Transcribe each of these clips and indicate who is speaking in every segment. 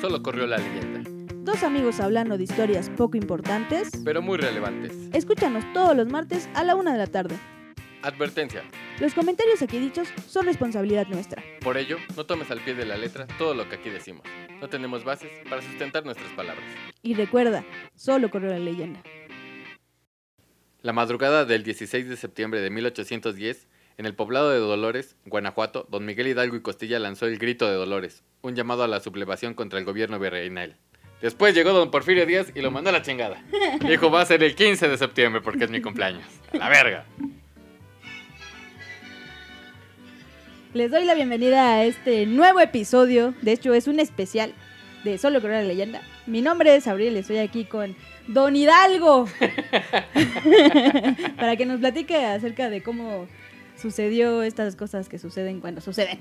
Speaker 1: solo corrió la leyenda,
Speaker 2: Dos amigos hablando de historias poco importantes.
Speaker 1: pero muy relevantes.
Speaker 2: Escúchanos todos los martes a la una de la tarde.
Speaker 1: Advertencia.
Speaker 2: Los comentarios aquí dichos son responsabilidad nuestra.
Speaker 1: Por ello, no tomes al pie de la letra todo lo que aquí decimos. No tenemos bases para sustentar nuestras palabras.
Speaker 2: Y recuerda, solo corrió la leyenda.
Speaker 1: La madrugada del 16 de septiembre de 1810, en el poblado de Dolores, Guanajuato, don Miguel Hidalgo y Costilla lanzó el Grito de Dolores, un llamado a la sublevación contra el gobierno virreinal. Después llegó don Porfirio Díaz y lo mandó a la chingada. Dijo, va a ser el 15 de septiembre porque es mi cumpleaños. A la verga.
Speaker 2: Les doy la bienvenida a este nuevo episodio. De hecho, es un especial de Solo Correr la Leyenda. Mi nombre es Abril y estoy aquí con Don Hidalgo. Para que nos platique acerca de cómo sucedió estas cosas que suceden cuando suceden.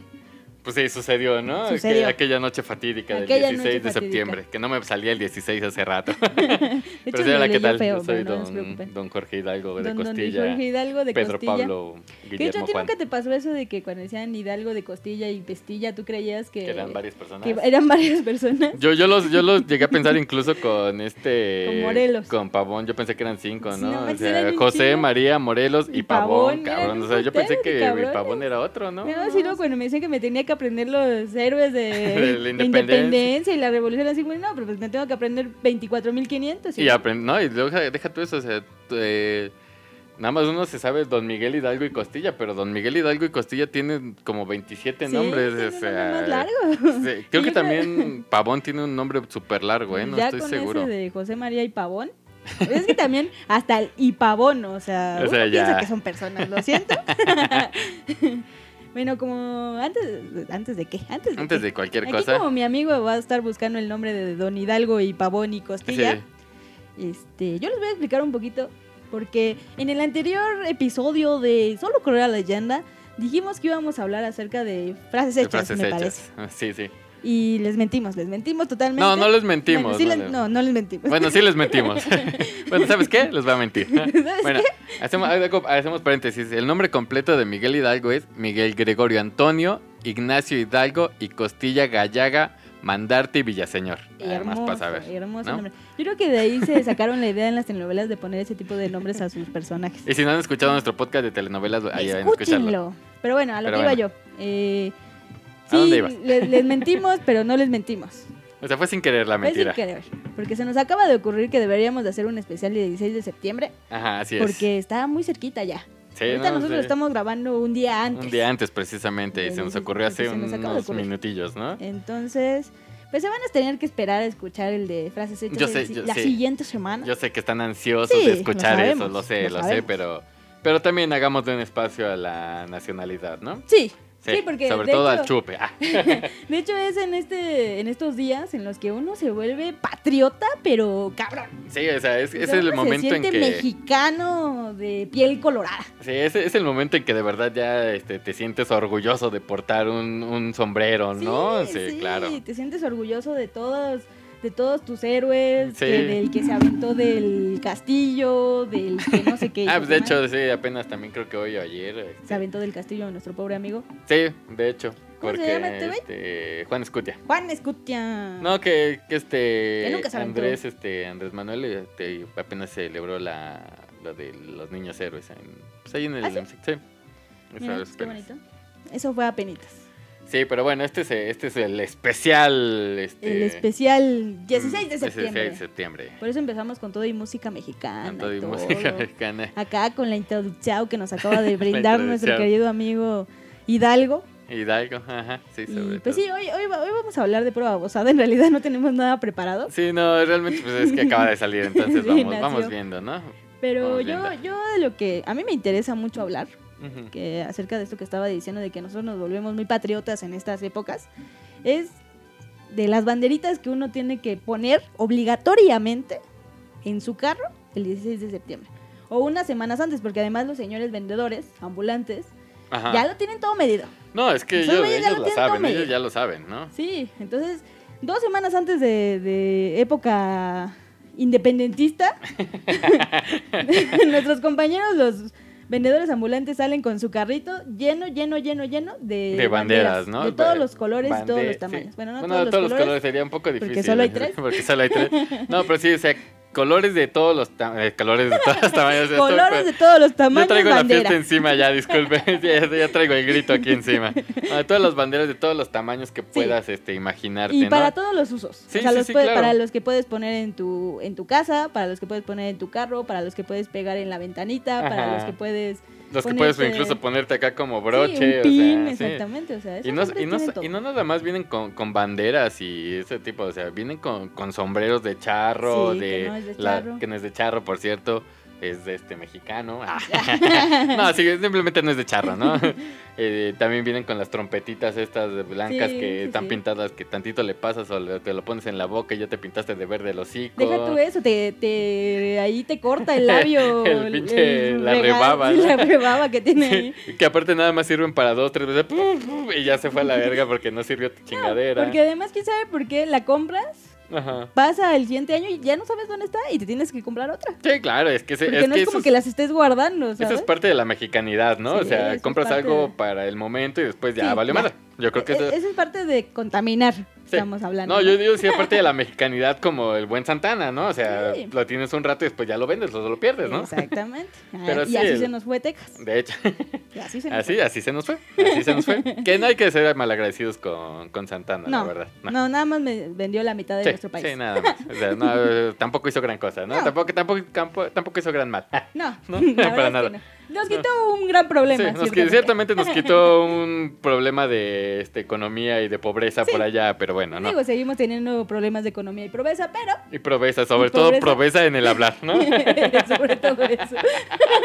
Speaker 1: Pues sí, sucedió, ¿no?
Speaker 2: Sucedió.
Speaker 1: Aquella, aquella noche fatídica del
Speaker 2: Aquella
Speaker 1: 16
Speaker 2: noche
Speaker 1: de
Speaker 2: fatídica.
Speaker 1: septiembre, que no me salía el 16 hace rato.
Speaker 2: De
Speaker 1: Pero
Speaker 2: me
Speaker 1: sí, hola,
Speaker 2: lo
Speaker 1: ¿qué
Speaker 2: leyó
Speaker 1: tal?
Speaker 2: feo,
Speaker 1: Yo soy
Speaker 2: pero no, no se
Speaker 1: don,
Speaker 2: preocupen.
Speaker 1: don Jorge Hidalgo de
Speaker 2: Don- don
Speaker 1: Costilla.
Speaker 2: Jorge Hidalgo de
Speaker 1: Pedro
Speaker 2: Costilla.
Speaker 1: Pablo
Speaker 2: Que de hecho, ¿a
Speaker 1: Guillermo
Speaker 2: ti
Speaker 1: Juan.
Speaker 2: nunca te pasó eso de que cuando decían Hidalgo de Costilla y Pestilla, tú creías que,
Speaker 1: Que eran varias personas.
Speaker 2: que eran varias personas?
Speaker 1: Yo, yo, los, yo los llegué a pensar incluso con este.
Speaker 2: Con Morelos.
Speaker 1: Con Pavón, yo pensé que eran cinco, ¿no?
Speaker 2: Sí, no
Speaker 1: o
Speaker 2: manches,
Speaker 1: sea,
Speaker 2: eran un
Speaker 1: José,
Speaker 2: chingo.
Speaker 1: María, Morelos y,
Speaker 2: Y
Speaker 1: Pavón,
Speaker 2: Pavón,
Speaker 1: cabrón.
Speaker 2: eran
Speaker 1: O sea, yo
Speaker 2: un
Speaker 1: pensé
Speaker 2: putero de
Speaker 1: que
Speaker 2: cabrones.
Speaker 1: Pavón era otro, ¿no?
Speaker 2: Me daba sino cuando me decían que me tenía que aprender los héroes de,
Speaker 1: De la
Speaker 2: la
Speaker 1: independencia.
Speaker 2: independencia y la revolución. Así, güey, no, pero pues me tengo que aprender 24.500.
Speaker 1: Y aprend- no, y luego deja, deja tú eso, o sea, tú, eh, nada más uno se sabe Don Miguel Hidalgo y Costilla, pero Don Miguel Hidalgo y Costilla tienen como 27
Speaker 2: Sí,
Speaker 1: nombres,
Speaker 2: tiene
Speaker 1: o
Speaker 2: un
Speaker 1: sea,
Speaker 2: nombre más largo.
Speaker 1: sí,
Speaker 2: Yo
Speaker 1: creo que
Speaker 2: creo-
Speaker 1: también Pavón tiene un nombre súper largo, ¿eh? No
Speaker 2: ya
Speaker 1: estoy
Speaker 2: con
Speaker 1: seguro.
Speaker 2: ese de José María y Pavón. Es que también hasta el y Pavón, o sea,
Speaker 1: O sea,
Speaker 2: uno piensa
Speaker 1: ya.
Speaker 2: que son personas, lo siento. bueno, como antes, antes de qué, antes de
Speaker 1: Antes
Speaker 2: qué.
Speaker 1: de cualquier
Speaker 2: Aquí
Speaker 1: cosa.
Speaker 2: como mi amigo va a estar buscando el nombre de Don Hidalgo y Pavón y Costilla.
Speaker 1: sí.
Speaker 2: Este, yo les voy a explicar un poquito porque en el anterior episodio de Solo Correa la Leyenda dijimos que íbamos a hablar acerca de frases
Speaker 1: de
Speaker 2: hechas,
Speaker 1: frases
Speaker 2: me
Speaker 1: hechas.
Speaker 2: parece.
Speaker 1: Sí, sí.
Speaker 2: Y les mentimos, les mentimos totalmente.
Speaker 1: No, no les mentimos.
Speaker 2: Bueno, sí
Speaker 1: no
Speaker 2: les-
Speaker 1: les-
Speaker 2: no, no les mentimos.
Speaker 1: Bueno, sí les mentimos. bueno, ¿sabes qué? Les voy a mentir.
Speaker 2: ¿Sabes
Speaker 1: bueno, hacemos, algo- hacemos paréntesis. El nombre completo de Miguel Hidalgo es Miguel Gregorio Antonio, Ignacio Hidalgo y Costilla Gallaga Mandarte y Villaseñor.
Speaker 2: qué?
Speaker 1: Además,
Speaker 2: Hermoso,
Speaker 1: para saber.
Speaker 2: hermoso
Speaker 1: ¿no?
Speaker 2: nombre. Yo creo que de ahí se sacaron la idea en las telenovelas de poner ese tipo de nombres a sus personajes.
Speaker 1: Y si no han escuchado nuestro podcast de telenovelas, ahí vayan a escucharlo.
Speaker 2: Escúchenlo. Pero bueno, a lo
Speaker 1: Pero
Speaker 2: que
Speaker 1: bueno.
Speaker 2: iba yo. Eh,
Speaker 1: ¿A
Speaker 2: sí,
Speaker 1: dónde ibas?
Speaker 2: les- les mentimos, pero no les mentimos.
Speaker 1: O sea, fue sin querer la
Speaker 2: Fue sin
Speaker 1: mentira.
Speaker 2: querer, porque se nos acaba de ocurrir que deberíamos de hacer un especial el 16 de septiembre,
Speaker 1: Ajá, así es.
Speaker 2: porque está muy cerquita ya.
Speaker 1: Sí,
Speaker 2: Ahorita
Speaker 1: no,
Speaker 2: nosotros lo
Speaker 1: sí.
Speaker 2: estamos grabando un día antes.
Speaker 1: Un día antes, precisamente. Y se nos ocurrió hace
Speaker 2: Se nos acaba de
Speaker 1: unos
Speaker 2: ocurrir.
Speaker 1: minutillos, ¿no?
Speaker 2: Entonces, pues se van a tener que esperar a escuchar el de frases hechas
Speaker 1: Yo
Speaker 2: el
Speaker 1: sé,
Speaker 2: si-
Speaker 1: yo
Speaker 2: la
Speaker 1: sé.
Speaker 2: siguiente semana.
Speaker 1: Yo sé que están ansiosos
Speaker 2: Sí,
Speaker 1: de
Speaker 2: lo
Speaker 1: escuchar
Speaker 2: sabemos,
Speaker 1: eso, lo sé, lo,
Speaker 2: lo
Speaker 1: sé,
Speaker 2: sabemos.
Speaker 1: pero, pero también hagamos de un espacio a la nacionalidad, ¿no?
Speaker 2: Sí, sí, porque
Speaker 1: sobre
Speaker 2: de,
Speaker 1: todo
Speaker 2: hecho,
Speaker 1: al chupe. Ah,
Speaker 2: de hecho es en este en estos días en los que uno se vuelve patriota, pero cabrón.
Speaker 1: sí, o sea, es,
Speaker 2: O
Speaker 1: es
Speaker 2: sea,
Speaker 1: el
Speaker 2: uno
Speaker 1: momento
Speaker 2: se
Speaker 1: en
Speaker 2: siente
Speaker 1: que
Speaker 2: mexicano de piel colorada.
Speaker 1: sí, es, es el momento en que de verdad ya este, te sientes orgulloso de portar un, un sombrero, ¿no? Sí, claro.
Speaker 2: Te sientes orgulloso de todos, de todos tus héroes,
Speaker 1: Sí.
Speaker 2: que del que se aventó del castillo, del que no sé qué.
Speaker 1: Ah, pues de
Speaker 2: ¿no?
Speaker 1: hecho, sí, apenas también creo que hoy o ayer. este,
Speaker 2: Se aventó del castillo nuestro pobre amigo
Speaker 1: sí, de hecho.
Speaker 2: ¿Cómo se
Speaker 1: porque,
Speaker 2: llama este güey?
Speaker 1: este, Juan Escutia.
Speaker 2: Juan Escutia.
Speaker 1: No, que, que este
Speaker 2: Que nunca se aventó.
Speaker 1: Andrés, este Andrés Manuel este, apenas celebró la, la de los niños héroes en, pues ahí en el
Speaker 2: ¿Ah, sí?
Speaker 1: MC, sí. Eso
Speaker 2: Mira,
Speaker 1: es
Speaker 2: qué
Speaker 1: apenas.
Speaker 2: bonito. Eso fue a penitas.
Speaker 1: Sí, pero bueno, este es este es el especial este,
Speaker 2: El
Speaker 1: mm,
Speaker 2: especial 16 de
Speaker 1: 16
Speaker 2: septiembre.
Speaker 1: de septiembre.
Speaker 2: Por eso empezamos con todo y música mexicana.
Speaker 1: Tanto
Speaker 2: y
Speaker 1: de
Speaker 2: todo.
Speaker 1: música mexicana.
Speaker 2: Acá con la introducción que nos acaba de brindar nuestro
Speaker 1: introducción.
Speaker 2: querido amigo Hidalgo.
Speaker 1: Hidalgo, ajá, sí, sobre
Speaker 2: Y, pues
Speaker 1: todo.
Speaker 2: sí, hoy, hoy, va- hoy vamos a hablar de prueba bozada. En realidad no tenemos nada preparado.
Speaker 1: Sí, no, realmente pues es que acaba de salir, entonces
Speaker 2: Sí,
Speaker 1: vamos,
Speaker 2: nació.
Speaker 1: vamos viendo, ¿no?
Speaker 2: Pero
Speaker 1: Vamos
Speaker 2: yo,
Speaker 1: viendo.
Speaker 2: yo de lo que a mí me interesa mucho hablar,
Speaker 1: Ujú.
Speaker 2: que acerca de esto que estaba diciendo, de que nosotros nos volvemos muy patriotas en estas épocas, es de las banderitas que uno tiene que poner obligatoriamente en su carro el 16 de septiembre. O unas semanas antes, porque además los señores vendedores, ambulantes,
Speaker 1: Ajá.
Speaker 2: ya lo tienen todo medido.
Speaker 1: No, es que
Speaker 2: Esos
Speaker 1: ellos,
Speaker 2: güeyes ya
Speaker 1: ellos
Speaker 2: lo
Speaker 1: lo
Speaker 2: tienen todo
Speaker 1: saben, ellos
Speaker 2: medido.
Speaker 1: ya lo saben, ¿no?
Speaker 2: Sí, entonces, dos semanas antes de, de época independentista, nuestros compañeros, los vendedores ambulantes salen con su carrito lleno, lleno, lleno, lleno de,
Speaker 1: De banderas, ¿no?
Speaker 2: De todos
Speaker 1: Ba-
Speaker 2: los colores y todos
Speaker 1: bande-
Speaker 2: los tamaños.
Speaker 1: sí.
Speaker 2: Bueno, no
Speaker 1: Bueno,
Speaker 2: todos, los colores.
Speaker 1: sería un poco difícil.
Speaker 2: porque solo hay tres.
Speaker 1: porque solo hay tres. No, pero sí, o sea, colores de todos los tamaños. colores de todos los tamaños. Estoy-
Speaker 2: colores de todos los
Speaker 1: Yo
Speaker 2: tamaños,
Speaker 1: traigo la
Speaker 2: bandera.
Speaker 1: fiesta encima ya, disculpe. ya, ya traigo el grito aquí encima. Ah, todas las banderas de todos los tamaños que puedas este, imaginarte,
Speaker 2: Y
Speaker 1: ¿no?
Speaker 2: para todos los usos.
Speaker 1: Sí,
Speaker 2: o sea,
Speaker 1: sí,
Speaker 2: los
Speaker 1: sí,
Speaker 2: puede-
Speaker 1: claro.
Speaker 2: para los que puedes poner en tu, en tu casa, para los que puedes poner en tu carro, para los que puedes pegar en la ventanita, para
Speaker 1: Ajá.
Speaker 2: los que puedes.
Speaker 1: Los que puedes
Speaker 2: ponerte-
Speaker 1: incluso ponerte acá como
Speaker 2: sí, un
Speaker 1: broche.
Speaker 2: pin,
Speaker 1: o sea, sí.
Speaker 2: exactamente. O sea, eso
Speaker 1: Y no,
Speaker 2: siempre
Speaker 1: y, no,
Speaker 2: tienen todo.
Speaker 1: y no nada más vienen con, con banderas y ese tipo, o sea, vienen con, con sombreros de charro,
Speaker 2: Sí, que
Speaker 1: de,
Speaker 2: no es de
Speaker 1: la-
Speaker 2: charro.
Speaker 1: que no es de charro, por cierto, es de este mexicano. Ah. no, sí, simplemente no es de charro, ¿no? Eh, también vienen con las trompetitas estas de blancas
Speaker 2: Sí,
Speaker 1: que
Speaker 2: sí,
Speaker 1: están
Speaker 2: sí.
Speaker 1: pintadas, que tantito le pasas o le- te lo pones en la boca y ya te pintaste de verde el hocico.
Speaker 2: Deja tú eso, te, te, ahí te corta el labio.
Speaker 1: El pinche- la
Speaker 2: regal-
Speaker 1: rebaba, ¿no?
Speaker 2: La rebaba que tiene ahí.
Speaker 1: Sí, que aparte nada más sirven para dos, tres veces ¡pum, pum! y ya se fue a la verga porque no sirvió tu chingadera.
Speaker 2: Porque además, quién sabe por qué la compras,
Speaker 1: Ajá.
Speaker 2: pasa el siguiente año y ya no sabes dónde está y te tienes que comprar otra.
Speaker 1: Sí, claro, es que, se-
Speaker 2: Porque
Speaker 1: es,
Speaker 2: no
Speaker 1: que
Speaker 2: es como
Speaker 1: eso
Speaker 2: que las estés guardando,
Speaker 1: Eso
Speaker 2: ¿sabes?
Speaker 1: es parte de la mexicanidad, ¿no? o
Speaker 2: Sí, eso
Speaker 1: sea,
Speaker 2: es
Speaker 1: compras
Speaker 2: parte
Speaker 1: algo
Speaker 2: de-
Speaker 1: para el momento y después ya
Speaker 2: Sí,
Speaker 1: vale
Speaker 2: ya.
Speaker 1: madre. Yo creo que
Speaker 2: E-
Speaker 1: eso...
Speaker 2: esa es parte de contaminar, estamos hablando.
Speaker 1: No, yo digo sí es parte de la mexicanidad como el buen Santana, ¿no? O sea,
Speaker 2: Sí.
Speaker 1: lo tienes un rato y después ya lo vendes, lo, lo pierdes, ¿no?
Speaker 2: Exactamente. Ah,
Speaker 1: Pero
Speaker 2: y
Speaker 1: sí,
Speaker 2: así
Speaker 1: el-
Speaker 2: se nos fue Texas.
Speaker 1: De hecho,
Speaker 2: Y así se nos
Speaker 1: así, ah,
Speaker 2: fue.
Speaker 1: así se nos fue. Así se nos fue. Que no hay que ser malagradecidos con, con Santana, la
Speaker 2: No,
Speaker 1: verdad.
Speaker 2: no. nada más me vendió la mitad de
Speaker 1: sí,
Speaker 2: nuestro país.
Speaker 1: sí, nada más. O sea, no, eh, tampoco hizo gran cosa, ¿no?
Speaker 2: No.
Speaker 1: Tampoco, tampoco, tampoco, tampoco hizo gran mal.
Speaker 2: No,
Speaker 1: No,
Speaker 2: la
Speaker 1: para
Speaker 2: verdad es
Speaker 1: nada.
Speaker 2: que no. Nos quitó un gran
Speaker 1: Sí,
Speaker 2: problema.
Speaker 1: nos qui-
Speaker 2: ciertamente.
Speaker 1: ciertamente nos quitó un problema de este, economía y de pobreza por allá, pero bueno, ¿no?
Speaker 2: Digo, seguimos teniendo problemas de economía y pobreza, pero
Speaker 1: Y proveza, sobre
Speaker 2: Y
Speaker 1: todo
Speaker 2: pobreza.
Speaker 1: proveza en el hablar, ¿no?
Speaker 2: sobre todo eso.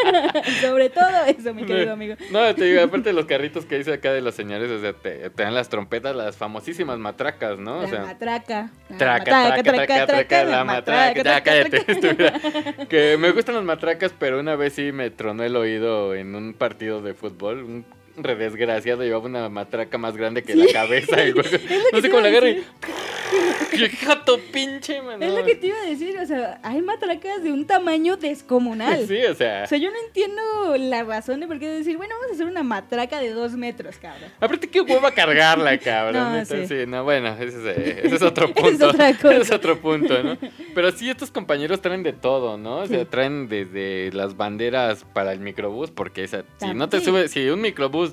Speaker 2: sobre todo eso, mi querido amigo.
Speaker 1: No, te digo, aparte de los carritos que dice acá de los señores, o sea, te, te dan las trompetas, las famosísimas matracas, ¿no? O
Speaker 2: la
Speaker 1: sea,
Speaker 2: matraca. la
Speaker 1: traca,
Speaker 2: matraca,
Speaker 1: traca, traca, traca, la matraca, ya cállate,
Speaker 2: traca.
Speaker 1: estúpida. Que me gustan las matracas, pero una vez sí me tronó el oído en un partido de fútbol, un redesgraciado llevaba una matraca más grande que la cabeza. el güey. no
Speaker 2: te
Speaker 1: sé cómo
Speaker 2: iba
Speaker 1: la
Speaker 2: a
Speaker 1: agarré. ¡Hija tu pinche, man!
Speaker 2: Es lo que te iba a decir, o sea, hay matracas de un tamaño descomunal.
Speaker 1: Sí, o sea...
Speaker 2: O sea, yo no entiendo la razón de por qué decir, bueno, vamos a hacer una matraca de dos metros, cabrón.
Speaker 1: Aparte, qué hueva cargarla, cabrón.
Speaker 2: No,
Speaker 1: Entonces,
Speaker 2: sí.
Speaker 1: sí, no, bueno, ese es, eh, ese es otro
Speaker 2: Es
Speaker 1: punto.
Speaker 2: otra cosa.
Speaker 1: Ese es otro punto, ¿no? Pero sí, estos compañeros traen de todo, ¿no? O sea,
Speaker 2: Sí.
Speaker 1: traen desde las banderas para el microbús, porque esa, si
Speaker 2: Tam-
Speaker 1: no te
Speaker 2: sí.
Speaker 1: subes, si un microbús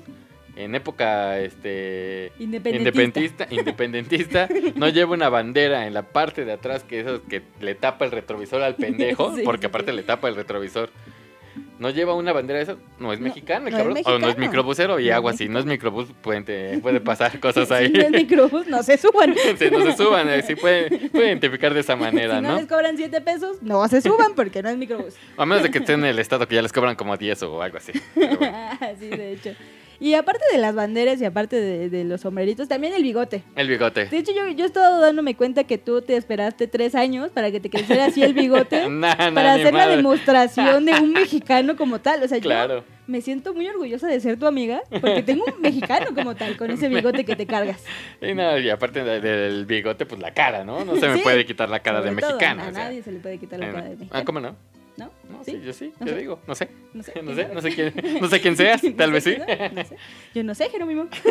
Speaker 1: en época este
Speaker 2: Independiente.
Speaker 1: independentista, independentista no lleva una bandera en la parte de atrás que esas que le tapa el retrovisor al pendejo,
Speaker 2: Sí,
Speaker 1: porque
Speaker 2: sí,
Speaker 1: aparte
Speaker 2: sí.
Speaker 1: le tapa el retrovisor. No lleva una bandera esa, no es
Speaker 2: No,
Speaker 1: mexicano, el
Speaker 2: no es
Speaker 1: cabrón. O no es
Speaker 2: mexicano.
Speaker 1: microbusero y
Speaker 2: No es
Speaker 1: agua, si no es microbús pueden te- puede pasar cosas
Speaker 2: Si
Speaker 1: ahí.
Speaker 2: no es microbús, no se suban.
Speaker 1: Sí, no se suban, eh, sí pueden, pueden identificar de esa manera,
Speaker 2: si no,
Speaker 1: ¿no?
Speaker 2: les cobran siete pesos, no se suban porque no es microbús.
Speaker 1: A menos de que estén en el estado que ya les cobran como 10 o algo así. Pero bueno.
Speaker 2: sí, de hecho. Y aparte de las banderas y aparte de, de los sombreritos, también el bigote.
Speaker 1: El bigote.
Speaker 2: De hecho, yo, yo he estado dándome cuenta que tú te esperaste tres años para que te creciera así el bigote.
Speaker 1: Nah, nah,
Speaker 2: para
Speaker 1: ni
Speaker 2: hacer la
Speaker 1: madre.
Speaker 2: demostración de un mexicano como tal. O sea, yo
Speaker 1: Claro.
Speaker 2: me siento muy orgullosa de ser tu amiga porque tengo un mexicano como tal, con ese bigote que te cargas.
Speaker 1: Y, no, y aparte de- del bigote, pues la cara, ¿no? No se me
Speaker 2: Sí.
Speaker 1: puede quitar la cara de
Speaker 2: Sobre todo,
Speaker 1: mexicano.
Speaker 2: A
Speaker 1: o sea.
Speaker 2: nadie se le puede quitar la
Speaker 1: Eh,
Speaker 2: cara de
Speaker 1: Ah,
Speaker 2: mexicano.
Speaker 1: ¿cómo no?
Speaker 2: ¿No?
Speaker 1: No, sí,
Speaker 2: ¿Sí?
Speaker 1: yo sí,
Speaker 2: No
Speaker 1: yo
Speaker 2: sé.
Speaker 1: digo, no sé.
Speaker 2: No sé.
Speaker 1: No sé, no sé quién, no sé quién seas, tal vez sí.
Speaker 2: No sé, no sé. Yo no sé, Jerónimo.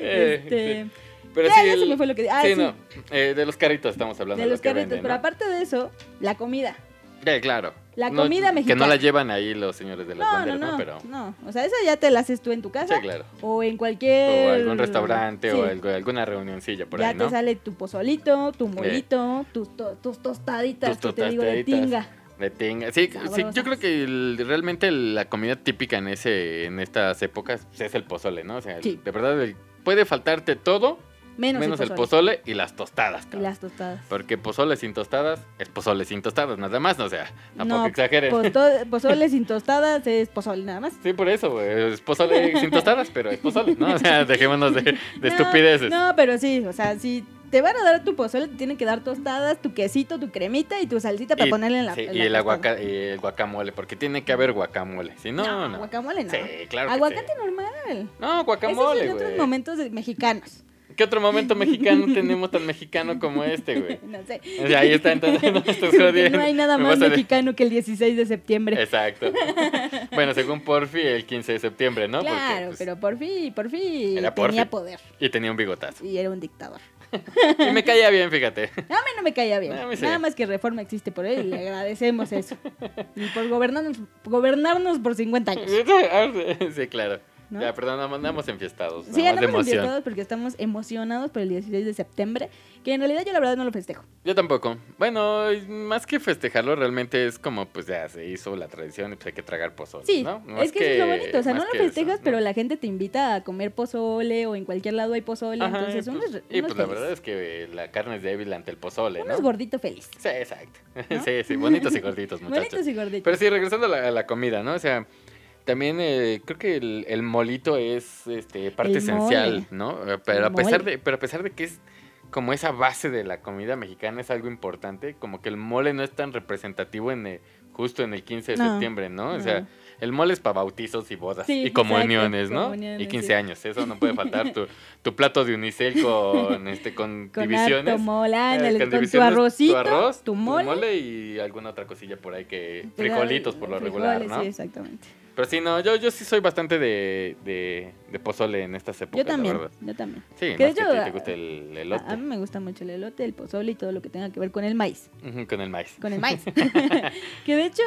Speaker 1: Eh,
Speaker 2: Este,
Speaker 1: sí. Pero
Speaker 2: ya,
Speaker 1: sí,
Speaker 2: ya
Speaker 1: el-
Speaker 2: se me fue lo que- ah,
Speaker 1: sí,
Speaker 2: sí.
Speaker 1: no, eh, de los carritos estamos hablando.
Speaker 2: de los
Speaker 1: que
Speaker 2: carritos.
Speaker 1: venden,
Speaker 2: Pero
Speaker 1: ¿no?
Speaker 2: aparte de eso, la comida.
Speaker 1: Eh, claro.
Speaker 2: la
Speaker 1: No,
Speaker 2: comida
Speaker 1: Que no
Speaker 2: mexicana.
Speaker 1: la llevan ahí los señores de las
Speaker 2: No, no,
Speaker 1: banderas, ¿no?
Speaker 2: no,
Speaker 1: Pero,
Speaker 2: no. O sea, esa ya te la haces tú en tu casa.
Speaker 1: sí, claro.
Speaker 2: O en
Speaker 1: O
Speaker 2: cualquier.
Speaker 1: algún restaurante
Speaker 2: Sí.
Speaker 1: o algo- alguna reunioncilla por
Speaker 2: ya
Speaker 1: ahí, ¿no?
Speaker 2: te sale tu pozolito, tu molito, tus, to- tus tostaditas,
Speaker 1: Tus
Speaker 2: que te digo, de
Speaker 1: tostaditas.
Speaker 2: tinga.
Speaker 1: De tinga. Sí, sí,
Speaker 2: Sabrosas.
Speaker 1: yo creo que el- realmente la comida típica en ese en estas épocas pues, es el pozole, ¿no? O sea, el-
Speaker 2: Sí.
Speaker 1: de verdad el- puede faltarte todo
Speaker 2: Menos,
Speaker 1: menos, el,
Speaker 2: pozole.
Speaker 1: pozole y las tostadas,
Speaker 2: Y
Speaker 1: cabrón.
Speaker 2: las tostadas.
Speaker 1: Porque pozole sin tostadas es pozole sin tostadas, nada más, no o sea, tampoco
Speaker 2: No,
Speaker 1: exageren.
Speaker 2: Posto- pozole sin tostadas es pozole nada más.
Speaker 1: Sí, por eso, güey, es pozole sin tostadas, pero es pozole, ¿no? O sea, dejémonos de, de
Speaker 2: No,
Speaker 1: estupideces.
Speaker 2: No, pero sí, o sea, si te van a dar tu pozole, te tienen que dar tostadas, tu quesito, tu cremita y tu salsita para
Speaker 1: Y-
Speaker 2: ponerle en la.
Speaker 1: sí,
Speaker 2: en
Speaker 1: y,
Speaker 2: la
Speaker 1: el
Speaker 2: tostada.
Speaker 1: aguaca- y el guacamole, porque tiene que haber guacamole. Si no, no.
Speaker 2: guacamole no.
Speaker 1: Sí, claro. que
Speaker 2: Aguacate
Speaker 1: sí.
Speaker 2: normal.
Speaker 1: No,
Speaker 2: Esos
Speaker 1: guacamole,
Speaker 2: son otros
Speaker 1: güey.
Speaker 2: momentos de- mexicanos.
Speaker 1: ¿Qué otro momento mexicano tenemos tan mexicano como este, güey?
Speaker 2: No sé.
Speaker 1: O sea, ahí está, entonces no me estás
Speaker 2: Porque
Speaker 1: jodiendo.
Speaker 2: no hay nada
Speaker 1: Me
Speaker 2: más
Speaker 1: vas a de-
Speaker 2: mexicano que el 16 de septiembre.
Speaker 1: Exacto. Bueno, según Porfi, el 15 de septiembre, ¿no? Porque,
Speaker 2: claro,
Speaker 1: pues,
Speaker 2: pero por fin, por fin
Speaker 1: Era por
Speaker 2: tenía
Speaker 1: fin.
Speaker 2: poder
Speaker 1: Y tenía un bigotazo.
Speaker 2: y era un dictador.
Speaker 1: Y me caía bien, fíjate.
Speaker 2: A mí no me caía bien.
Speaker 1: A mí sí.
Speaker 2: Nada más que Reforma existe por él y le agradecemos eso. Y por gobernarnos, gobernarnos por 50 años.
Speaker 1: Sí, claro.
Speaker 2: ¿No?
Speaker 1: Ya, perdón, andamos enfiestados.
Speaker 2: Sí,
Speaker 1: nada más de
Speaker 2: andamos
Speaker 1: emoción.
Speaker 2: emocionados porque estamos emocionados por el 16 de septiembre, que en realidad yo la verdad no lo festejo.
Speaker 1: Yo tampoco. Bueno, más que festejarlo, realmente es como, pues ya se hizo la tradición y pues hay que tragar pozole,
Speaker 2: Sí,
Speaker 1: ¿no? Más
Speaker 2: es que, eso es lo bonito. O sea,
Speaker 1: más
Speaker 2: no lo
Speaker 1: que eso,
Speaker 2: festejas,
Speaker 1: ¿no?
Speaker 2: pero la gente te invita a comer pozole o en cualquier lado hay pozole.
Speaker 1: Ajá,
Speaker 2: entonces,
Speaker 1: y
Speaker 2: uno
Speaker 1: pues,
Speaker 2: es, re-
Speaker 1: y
Speaker 2: uno es
Speaker 1: pues la
Speaker 2: feliz.
Speaker 1: verdad es que la carne es débil ante el pozole,
Speaker 2: Uno
Speaker 1: ¿no?
Speaker 2: es gordito feliz.
Speaker 1: Sí, exacto.
Speaker 2: ¿No?
Speaker 1: Sí, sí, bonitos y gorditos, muchachos.
Speaker 2: Bonitos y gorditos.
Speaker 1: Pero sí, regresando a la, a la comida, ¿no? O sea, también eh, creo que el, el molito es este, parte
Speaker 2: El
Speaker 1: esencial,
Speaker 2: mole.
Speaker 1: ¿no? Eh, Pero
Speaker 2: El
Speaker 1: a pesar
Speaker 2: mole.
Speaker 1: de, pero a pesar de que es como esa base de la comida mexicana es algo importante, como que el mole no es tan representativo en eh, justo en el 15 de
Speaker 2: No,
Speaker 1: septiembre, ¿no? O
Speaker 2: no.
Speaker 1: sea, el mole es para bautizos y bodas
Speaker 2: Sí,
Speaker 1: y comuniones,
Speaker 2: exacto,
Speaker 1: ¿no?
Speaker 2: comuniones,
Speaker 1: y 15
Speaker 2: sí.
Speaker 1: años, eso no puede faltar tu, tu plato de unicel con este con,
Speaker 2: con
Speaker 1: divisiones.
Speaker 2: harto mole, ándale,
Speaker 1: Eh,
Speaker 2: con, tu
Speaker 1: divisiones,
Speaker 2: arrocito, tu,
Speaker 1: arroz,
Speaker 2: mole.
Speaker 1: y alguna otra cosilla por ahí que...
Speaker 2: te da
Speaker 1: Frijolitos por lo regular,
Speaker 2: frijoles,
Speaker 1: ¿no?
Speaker 2: Sí, exactamente.
Speaker 1: Pero sí, no, yo, yo sí soy bastante de, de, de pozole en estas épocas,
Speaker 2: Yo también,
Speaker 1: la verdad.
Speaker 2: yo también.
Speaker 1: Sí, más
Speaker 2: Que de
Speaker 1: que
Speaker 2: hecho, ah,
Speaker 1: a ti te gusta el elote
Speaker 2: A, a mí me gusta mucho el elote, el pozole y todo lo que tenga que ver con el maíz.
Speaker 1: Ujú, con el maíz.
Speaker 2: Con el maíz. que de hecho,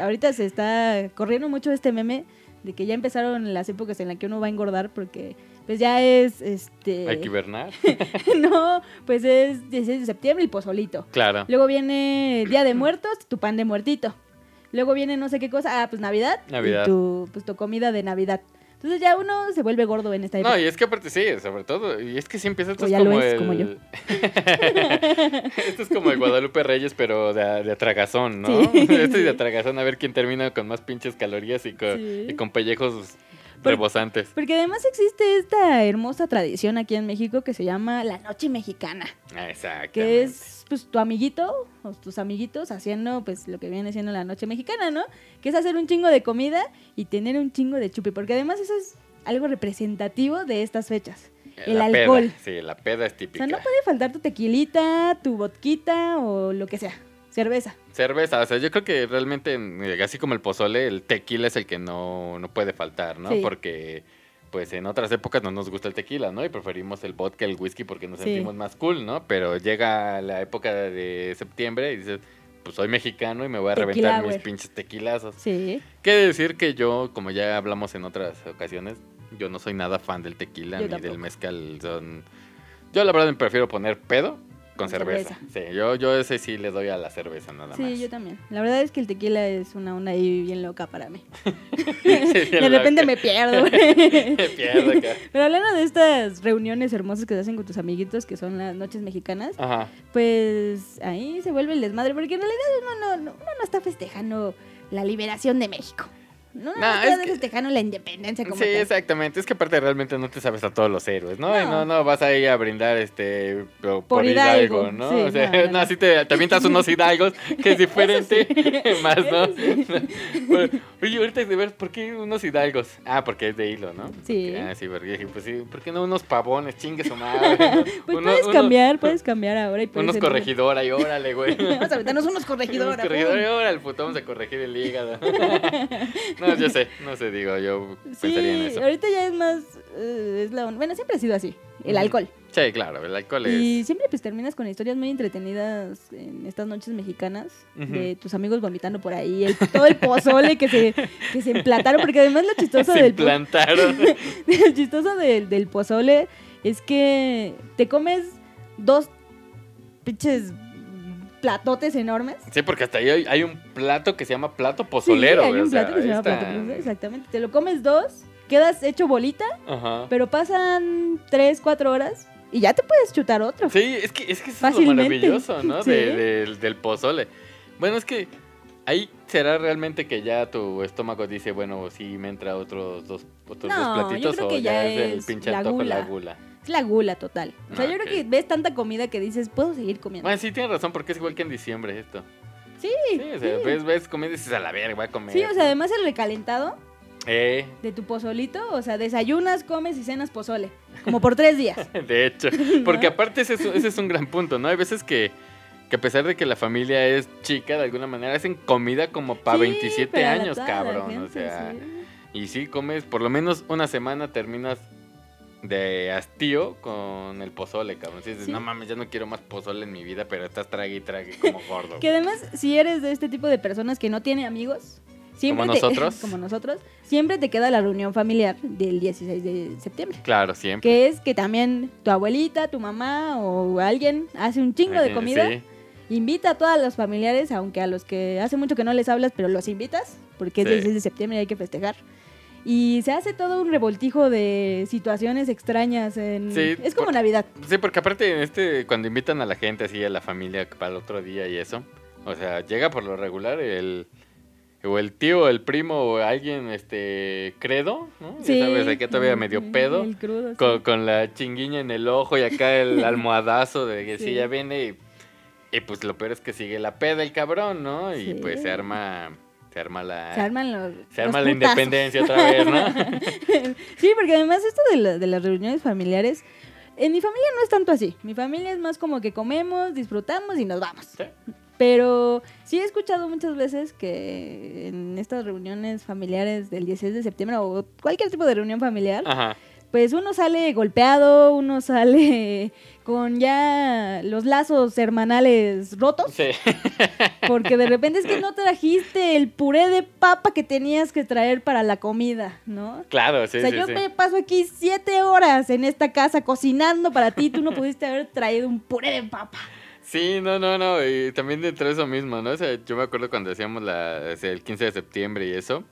Speaker 2: ahorita se está corriendo mucho este meme de que ya empezaron las épocas en las que uno va a engordar porque pues ya es este
Speaker 1: Hay que hibernar.
Speaker 2: no, pues es 16 de septiembre y pozolito.
Speaker 1: Claro.
Speaker 2: Luego viene Día de Muertos, tu pan de muertito. Luego viene no sé qué cosa, ah, pues Navidad,
Speaker 1: Navidad.
Speaker 2: y tu pues tu comida de Navidad. Entonces ya uno se vuelve gordo en esta época.
Speaker 1: No, y es que aparte sí, sobre todo, y es que sí empieza esto
Speaker 2: O
Speaker 1: es
Speaker 2: Pues ya lo
Speaker 1: como
Speaker 2: es,
Speaker 1: el...
Speaker 2: como yo.
Speaker 1: esto es como el Guadalupe Reyes, pero de, de atragazón, ¿no?
Speaker 2: Sí,
Speaker 1: esto es
Speaker 2: sí.
Speaker 1: de atragazón, a ver quién termina con más pinches calorías y con,
Speaker 2: Sí.
Speaker 1: y con pellejos
Speaker 2: Por-
Speaker 1: rebosantes.
Speaker 2: Porque además existe esta hermosa tradición aquí en México que se llama la noche mexicana,
Speaker 1: Exacto.
Speaker 2: que es pues tu amiguito o tus amiguitos haciendo pues lo que viene siendo la noche mexicana, ¿no? Que es hacer un chingo de comida y tener un chingo de chupe, porque además eso es algo representativo de estas fechas. el
Speaker 1: peda,
Speaker 2: alcohol.
Speaker 1: sí, la peda es
Speaker 2: O
Speaker 1: típica.
Speaker 2: sea, no puede faltar tu tequilita, tu vodquita o lo que sea, cerveza.
Speaker 1: Cerveza, o sea, yo creo que realmente, eh, así como el pozole, el tequila es el que no, no puede faltar, ¿no?
Speaker 2: Sí.
Speaker 1: Porque, pues en otras épocas no nos gusta el tequila, ¿no? Y preferimos el vodka, el whisky, porque nos
Speaker 2: Sí.
Speaker 1: sentimos más cool, ¿no? Pero llega la época de septiembre y dices, pues soy mexicano y me voy a
Speaker 2: Tequila
Speaker 1: reventar
Speaker 2: hour.
Speaker 1: mis pinches tequilazos.
Speaker 2: Sí.
Speaker 1: Qué decir que yo, como ya hablamos en otras ocasiones, yo no soy nada fan del tequila
Speaker 2: Yo
Speaker 1: ni
Speaker 2: tampoco.
Speaker 1: del mezcal. son- Yo la verdad me prefiero poner pedo con
Speaker 2: Con
Speaker 1: cerveza. Sí, yo, yo ese sí le doy a la cerveza nada
Speaker 2: sí,
Speaker 1: más.
Speaker 2: yo también. La verdad es que el tequila es una onda ahí bien loca para mí.
Speaker 1: Sí,
Speaker 2: De
Speaker 1: la-
Speaker 2: repente me pierdo. güey.
Speaker 1: Me pierdo acá.
Speaker 2: Pero hablando de estas reuniones hermosas que se hacen con tus amiguitos, que son las noches mexicanas,
Speaker 1: Ajá.
Speaker 2: pues ahí se vuelve el desmadre, porque en realidad uno no, no, uno no está festejando la liberación de México. No, no,
Speaker 1: No,
Speaker 2: está
Speaker 1: es que-
Speaker 2: festejando la independencia como
Speaker 1: Sí,
Speaker 2: tal.
Speaker 1: exactamente. Es que aparte realmente no te sabes a todos los héroes, ¿no? Y No,
Speaker 2: No.
Speaker 1: no, vas a ir a brindar este por, por
Speaker 2: Hidalgo,
Speaker 1: Hidalgo, ¿no?
Speaker 2: sí,
Speaker 1: o sea,
Speaker 2: no,
Speaker 1: no,
Speaker 2: no, no.
Speaker 1: así te, te avientas unos Hidalgos que es diferente más, ¿no?
Speaker 2: Eso sí.
Speaker 1: Bueno, oye, ahorita de ver, ¿por qué unos Hidalgos? Ah, porque es de hilo, ¿no?
Speaker 2: Sí.
Speaker 1: Porque- ah, sí, porque dije, pues sí, ¿por qué no unos pavones? Chingue su madre. ¿no?
Speaker 2: Pues
Speaker 1: Uno-
Speaker 2: puedes
Speaker 1: uno-
Speaker 2: cambiar, puedes cambiar ahora y puedes
Speaker 1: Unos
Speaker 2: entrar.
Speaker 1: corregidora y órale, güey.
Speaker 2: Vamos a aventarnos unos
Speaker 1: Unos
Speaker 2: corregidores.
Speaker 1: corregidora y órale, puto, vamos a corregir el hígado. no, yo sé, no sé, digo, yo pensaría Pues en
Speaker 2: Sí,
Speaker 1: eso.
Speaker 2: ahorita ya es más. eh, es la on- bueno, siempre ha sido así, el
Speaker 1: Ujú.
Speaker 2: alcohol.
Speaker 1: Sí, claro, el alcohol
Speaker 2: Y
Speaker 1: es.
Speaker 2: siempre pues terminas con historias muy entretenidas en estas noches mexicanas
Speaker 1: Ujú.
Speaker 2: de tus amigos vomitando por ahí, el, todo el pozole que se, que se emplataron, porque además lo chistoso,
Speaker 1: Se
Speaker 2: del, po-
Speaker 1: implantaron.
Speaker 2: lo chistoso del, del pozole es que te comes dos pinches platotes enormes.
Speaker 1: Sí, porque hasta ahí hay, hay un plato que se llama plato pozolero.
Speaker 2: Sí, hay
Speaker 1: güey,
Speaker 2: un
Speaker 1: o sea,
Speaker 2: plato que se llama
Speaker 1: ahí
Speaker 2: plato pozole,
Speaker 1: está.
Speaker 2: exactamente. Te lo comes dos, quedas hecho bolita,
Speaker 1: Ajá.
Speaker 2: pero pasan tres, cuatro horas y ya te puedes chutar otro.
Speaker 1: Sí, es que, es que eso
Speaker 2: Fácilmente.
Speaker 1: es lo maravilloso, ¿no?
Speaker 2: Sí.
Speaker 1: De- del, del pozole. Bueno, es que ahí será realmente que ya tu estómago dice, bueno, sí me entra otros dos, otros
Speaker 2: No,
Speaker 1: dos
Speaker 2: yo
Speaker 1: platitos
Speaker 2: creo
Speaker 1: o
Speaker 2: que
Speaker 1: ya,
Speaker 2: ya
Speaker 1: es el
Speaker 2: es
Speaker 1: pinche
Speaker 2: la
Speaker 1: antojo, la
Speaker 2: gula.
Speaker 1: gula.
Speaker 2: Es la gula total. O sea, yo
Speaker 1: Ah,
Speaker 2: creo
Speaker 1: ok.
Speaker 2: que ves tanta comida que dices, puedo seguir comiendo.
Speaker 1: Bueno, sí tienes razón porque es igual que en diciembre esto.
Speaker 2: sí,
Speaker 1: Sí, o sea,
Speaker 2: sí.
Speaker 1: ves, ves comer y dices a la verga, voy a comer.
Speaker 2: Sí, o sea, además el recalentado
Speaker 1: Eh,
Speaker 2: de tu pozolito, o sea, desayunas, comes y cenas pozole, como por tres días.
Speaker 1: de hecho. Porque aparte ese es, ese es un gran punto, ¿no? Hay veces que, que a pesar de que la familia es chica de alguna manera, hacen comida como para
Speaker 2: Sí,
Speaker 1: 27
Speaker 2: para
Speaker 1: años,
Speaker 2: toda la
Speaker 1: cabrón. o
Speaker 2: gente,
Speaker 1: sea,
Speaker 2: sí.
Speaker 1: y sí comes por lo menos una semana, terminas de hastío con el pozole, cabrón. Si dices,
Speaker 2: Sí.
Speaker 1: no mames, ya no quiero más pozole en mi vida, pero estás trague y trague como gordo.
Speaker 2: Que además, si eres de este tipo de personas que no tiene amigos, siempre
Speaker 1: Como
Speaker 2: te-
Speaker 1: nosotros.
Speaker 2: como nosotros, siempre te queda la reunión familiar del 16 de septiembre.
Speaker 1: Claro, siempre.
Speaker 2: Que es que también tu abuelita, tu mamá o alguien hace un chingo de
Speaker 1: Eh,
Speaker 2: comida.
Speaker 1: sí.
Speaker 2: Invita a todos los familiares, aunque a los que hace mucho que no les hablas, pero los invitas, porque es
Speaker 1: Sí.
Speaker 2: 16 de septiembre y hay que festejar. Y se hace todo un revoltijo de situaciones extrañas. En...
Speaker 1: Sí,
Speaker 2: es como
Speaker 1: por-
Speaker 2: Navidad.
Speaker 1: Sí, porque aparte en este, cuando invitan a la gente así, a la familia para el otro día y eso, o sea, llega por lo regular el o el tío, o el primo, o alguien este credo, ¿no?
Speaker 2: Sí.
Speaker 1: Ya sabes, acá todavía medio pedo.
Speaker 2: El crudo, sí.
Speaker 1: Con, con la chinguiña en el ojo y acá el almohadazo de que sí,
Speaker 2: Sí.
Speaker 1: ya viene y, y pues lo peor es que sigue la peda el cabrón, ¿no? Y
Speaker 2: Sí.
Speaker 1: pues se arma, se arma la,
Speaker 2: Se arman los.
Speaker 1: se
Speaker 2: los
Speaker 1: arma la
Speaker 2: putazos.
Speaker 1: independencia otra vez, ¿no?
Speaker 2: sí, porque además esto de, la- de las reuniones familiares, en mi familia no es tanto así. Mi familia es más como que comemos, disfrutamos y nos vamos.
Speaker 1: Sí.
Speaker 2: Pero sí he escuchado muchas veces que en estas reuniones familiares del 16 de septiembre o cualquier tipo de reunión familiar,
Speaker 1: Ajá.
Speaker 2: pues uno sale golpeado, uno sale con ya los lazos hermanales rotos.
Speaker 1: Sí.
Speaker 2: Porque de repente es que no trajiste el puré de papa que tenías que traer para la comida, ¿no?
Speaker 1: Claro, sí,
Speaker 2: o sea,
Speaker 1: sí,
Speaker 2: yo
Speaker 1: sí.
Speaker 2: me paso aquí siete horas en esta casa cocinando para ti, tú no pudiste haber traído un puré de papa.
Speaker 1: Sí, no, no, no, y también dentro de eso mismo, ¿no? O sea, yo me acuerdo cuando hacíamos la, o sea, el 15 de septiembre y eso,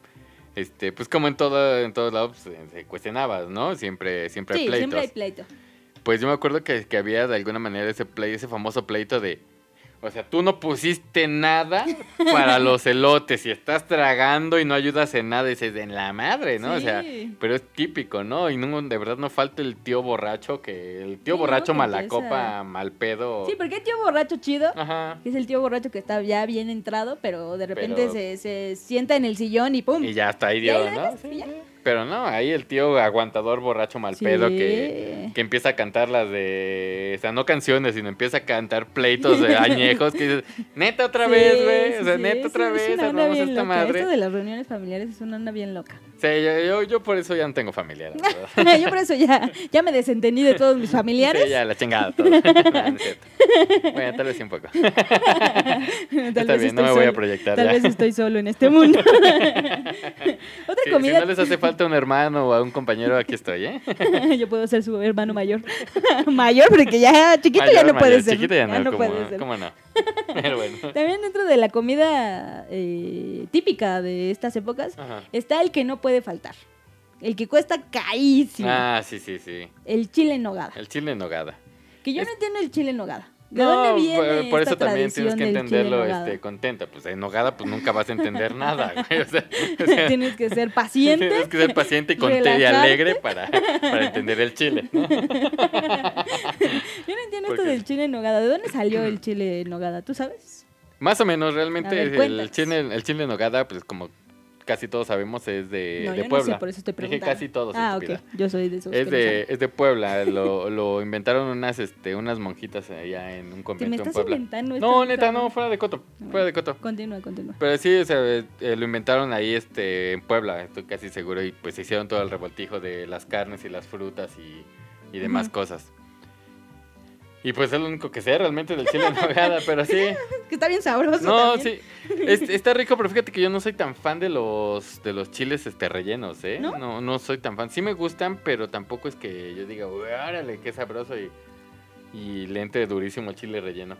Speaker 1: este, pues como en todo, en todos lados, pues, eh, se cuestionabas, ¿no? Siempre, siempre hay
Speaker 2: sí,
Speaker 1: pleitos.
Speaker 2: siempre hay pleito.
Speaker 1: Pues yo me acuerdo que, que había de alguna manera ese play, ese famoso pleito de, o sea, tú no pusiste nada para los elotes y estás tragando y no ayudas en nada, y dices, en la madre, ¿no? O sea,
Speaker 2: Sí.
Speaker 1: pero es típico, ¿no? Y no, de verdad no falta el tío borracho que, el tío
Speaker 2: Sí, ¿no?
Speaker 1: borracho
Speaker 2: Que
Speaker 1: malacopa,
Speaker 2: empieza-
Speaker 1: mal pedo.
Speaker 2: Sí, porque hay tío borracho chido,
Speaker 1: Ajá.
Speaker 2: que es el tío borracho que está ya bien entrado, pero de repente
Speaker 1: Pero-
Speaker 2: se, se sienta en el sillón y ¡pum!
Speaker 1: Y ya está ahí
Speaker 2: Y ahí
Speaker 1: dio,
Speaker 2: lo
Speaker 1: ¿no?
Speaker 2: dejas, y ya.
Speaker 1: Pero no, ahí el tío aguantador borracho mal pedo
Speaker 2: Sí.
Speaker 1: que, que empieza a cantar las de. O sea, no canciones, sino empieza a cantar pleitos de añejos que dices, neta otra
Speaker 2: Sí,
Speaker 1: vez, güey. O
Speaker 2: sí,
Speaker 1: sea,
Speaker 2: sí,
Speaker 1: neta
Speaker 2: es-
Speaker 1: otra
Speaker 2: es
Speaker 1: vez,
Speaker 2: una onda
Speaker 1: armamos
Speaker 2: bien
Speaker 1: esta
Speaker 2: loca.
Speaker 1: madre.
Speaker 2: Esto de las reuniones familiares es una onda bien loca.
Speaker 1: Sí, yo, yo, yo por eso ya no tengo familia, la verdad.
Speaker 2: Yo por eso ya, ya me desentendí de todos mis familiares.
Speaker 1: Sí, ya, la chingada todo. No, no es cierto. Bueno, tal vez sí un poco.
Speaker 2: Tal
Speaker 1: Está
Speaker 2: vez
Speaker 1: bien, no me voy
Speaker 2: estoy
Speaker 1: a
Speaker 2: solo-
Speaker 1: proyectar
Speaker 2: Tal
Speaker 1: ya.
Speaker 2: vez estoy solo en este mundo. Otra
Speaker 1: Sí, si
Speaker 2: comida.
Speaker 1: no les hace falta un hermano o a un compañero, aquí estoy, ¿eh?
Speaker 2: Yo puedo ser su hermano mayor. mayor, porque ya chiquito ya
Speaker 1: Mayor,
Speaker 2: no puede
Speaker 1: mayor,
Speaker 2: ser.
Speaker 1: Chiquito ya no, ¿cómo,
Speaker 2: puede ser.
Speaker 1: ¿cómo no? Pero bueno.
Speaker 2: También dentro de la comida eh, típica de estas épocas
Speaker 1: Ajá.
Speaker 2: está el que no puede faltar. El que cuesta carísimo.
Speaker 1: Ah, sí, sí, sí.
Speaker 2: El chile en nogada.
Speaker 1: El chile en nogada.
Speaker 2: Que yo
Speaker 1: es-
Speaker 2: no entiendo el chile en nogada. ¿De
Speaker 1: No, eh,
Speaker 2: dónde viene
Speaker 1: por- por
Speaker 2: esta
Speaker 1: eso también tienes
Speaker 2: tradición
Speaker 1: que
Speaker 2: del chile en
Speaker 1: entenderlo
Speaker 2: nogada?
Speaker 1: este, contenta. Pues en nogada pues nunca vas a entender nada, güey. O sea, o sea,
Speaker 2: Tienes que ser paciente.
Speaker 1: tienes que ser paciente y, contenta y
Speaker 2: relajarte.
Speaker 1: alegre para, para entender el chile. ¿no?
Speaker 2: Yo no entiendo
Speaker 1: ¿Por
Speaker 2: esto
Speaker 1: qué?
Speaker 2: del chile en nogada. ¿De dónde salió el chile en nogada? ¿Tú sabes?
Speaker 1: Más o menos,
Speaker 2: A
Speaker 1: realmente
Speaker 2: ver,
Speaker 1: el,
Speaker 2: cuéntanos.
Speaker 1: chile, el chile en nogada, pues como casi todos sabemos, es de,
Speaker 2: no,
Speaker 1: Eh, de
Speaker 2: yo
Speaker 1: Puebla.
Speaker 2: no sé, por eso te
Speaker 1: Dije
Speaker 2: preguntaba.
Speaker 1: casi todos.
Speaker 2: Ah,
Speaker 1: estúpida.
Speaker 2: ok. Yo soy de esos que
Speaker 1: Es
Speaker 2: no
Speaker 1: de,
Speaker 2: saben.
Speaker 1: es de Puebla, lo, lo inventaron unas, este, unas monjitas allá en un
Speaker 2: Te me
Speaker 1: convento en
Speaker 2: estás
Speaker 1: Puebla.
Speaker 2: inventando. esto,
Speaker 1: No, neta, no, fuera de coto,
Speaker 2: No,
Speaker 1: fuera de coto.
Speaker 2: Continúa, continúa.
Speaker 1: Pero sí, o sea, eh, eh, lo inventaron ahí este, en Puebla, estoy casi seguro, y pues hicieron todo el revoltijo de las carnes y las frutas y, y demás
Speaker 2: Ujú.
Speaker 1: cosas. Y pues es lo único que sé realmente del chile en nogada, pero sí.
Speaker 2: Que está bien sabroso
Speaker 1: No,
Speaker 2: también.
Speaker 1: sí. es- está rico, pero fíjate que yo no soy tan fan de los de los chiles este rellenos, ¿eh?
Speaker 2: ¿No?
Speaker 1: no, no soy tan fan. Sí me gustan, pero tampoco es que yo diga, "Uy, órale, qué sabroso y, y le entre durísimo el chile relleno.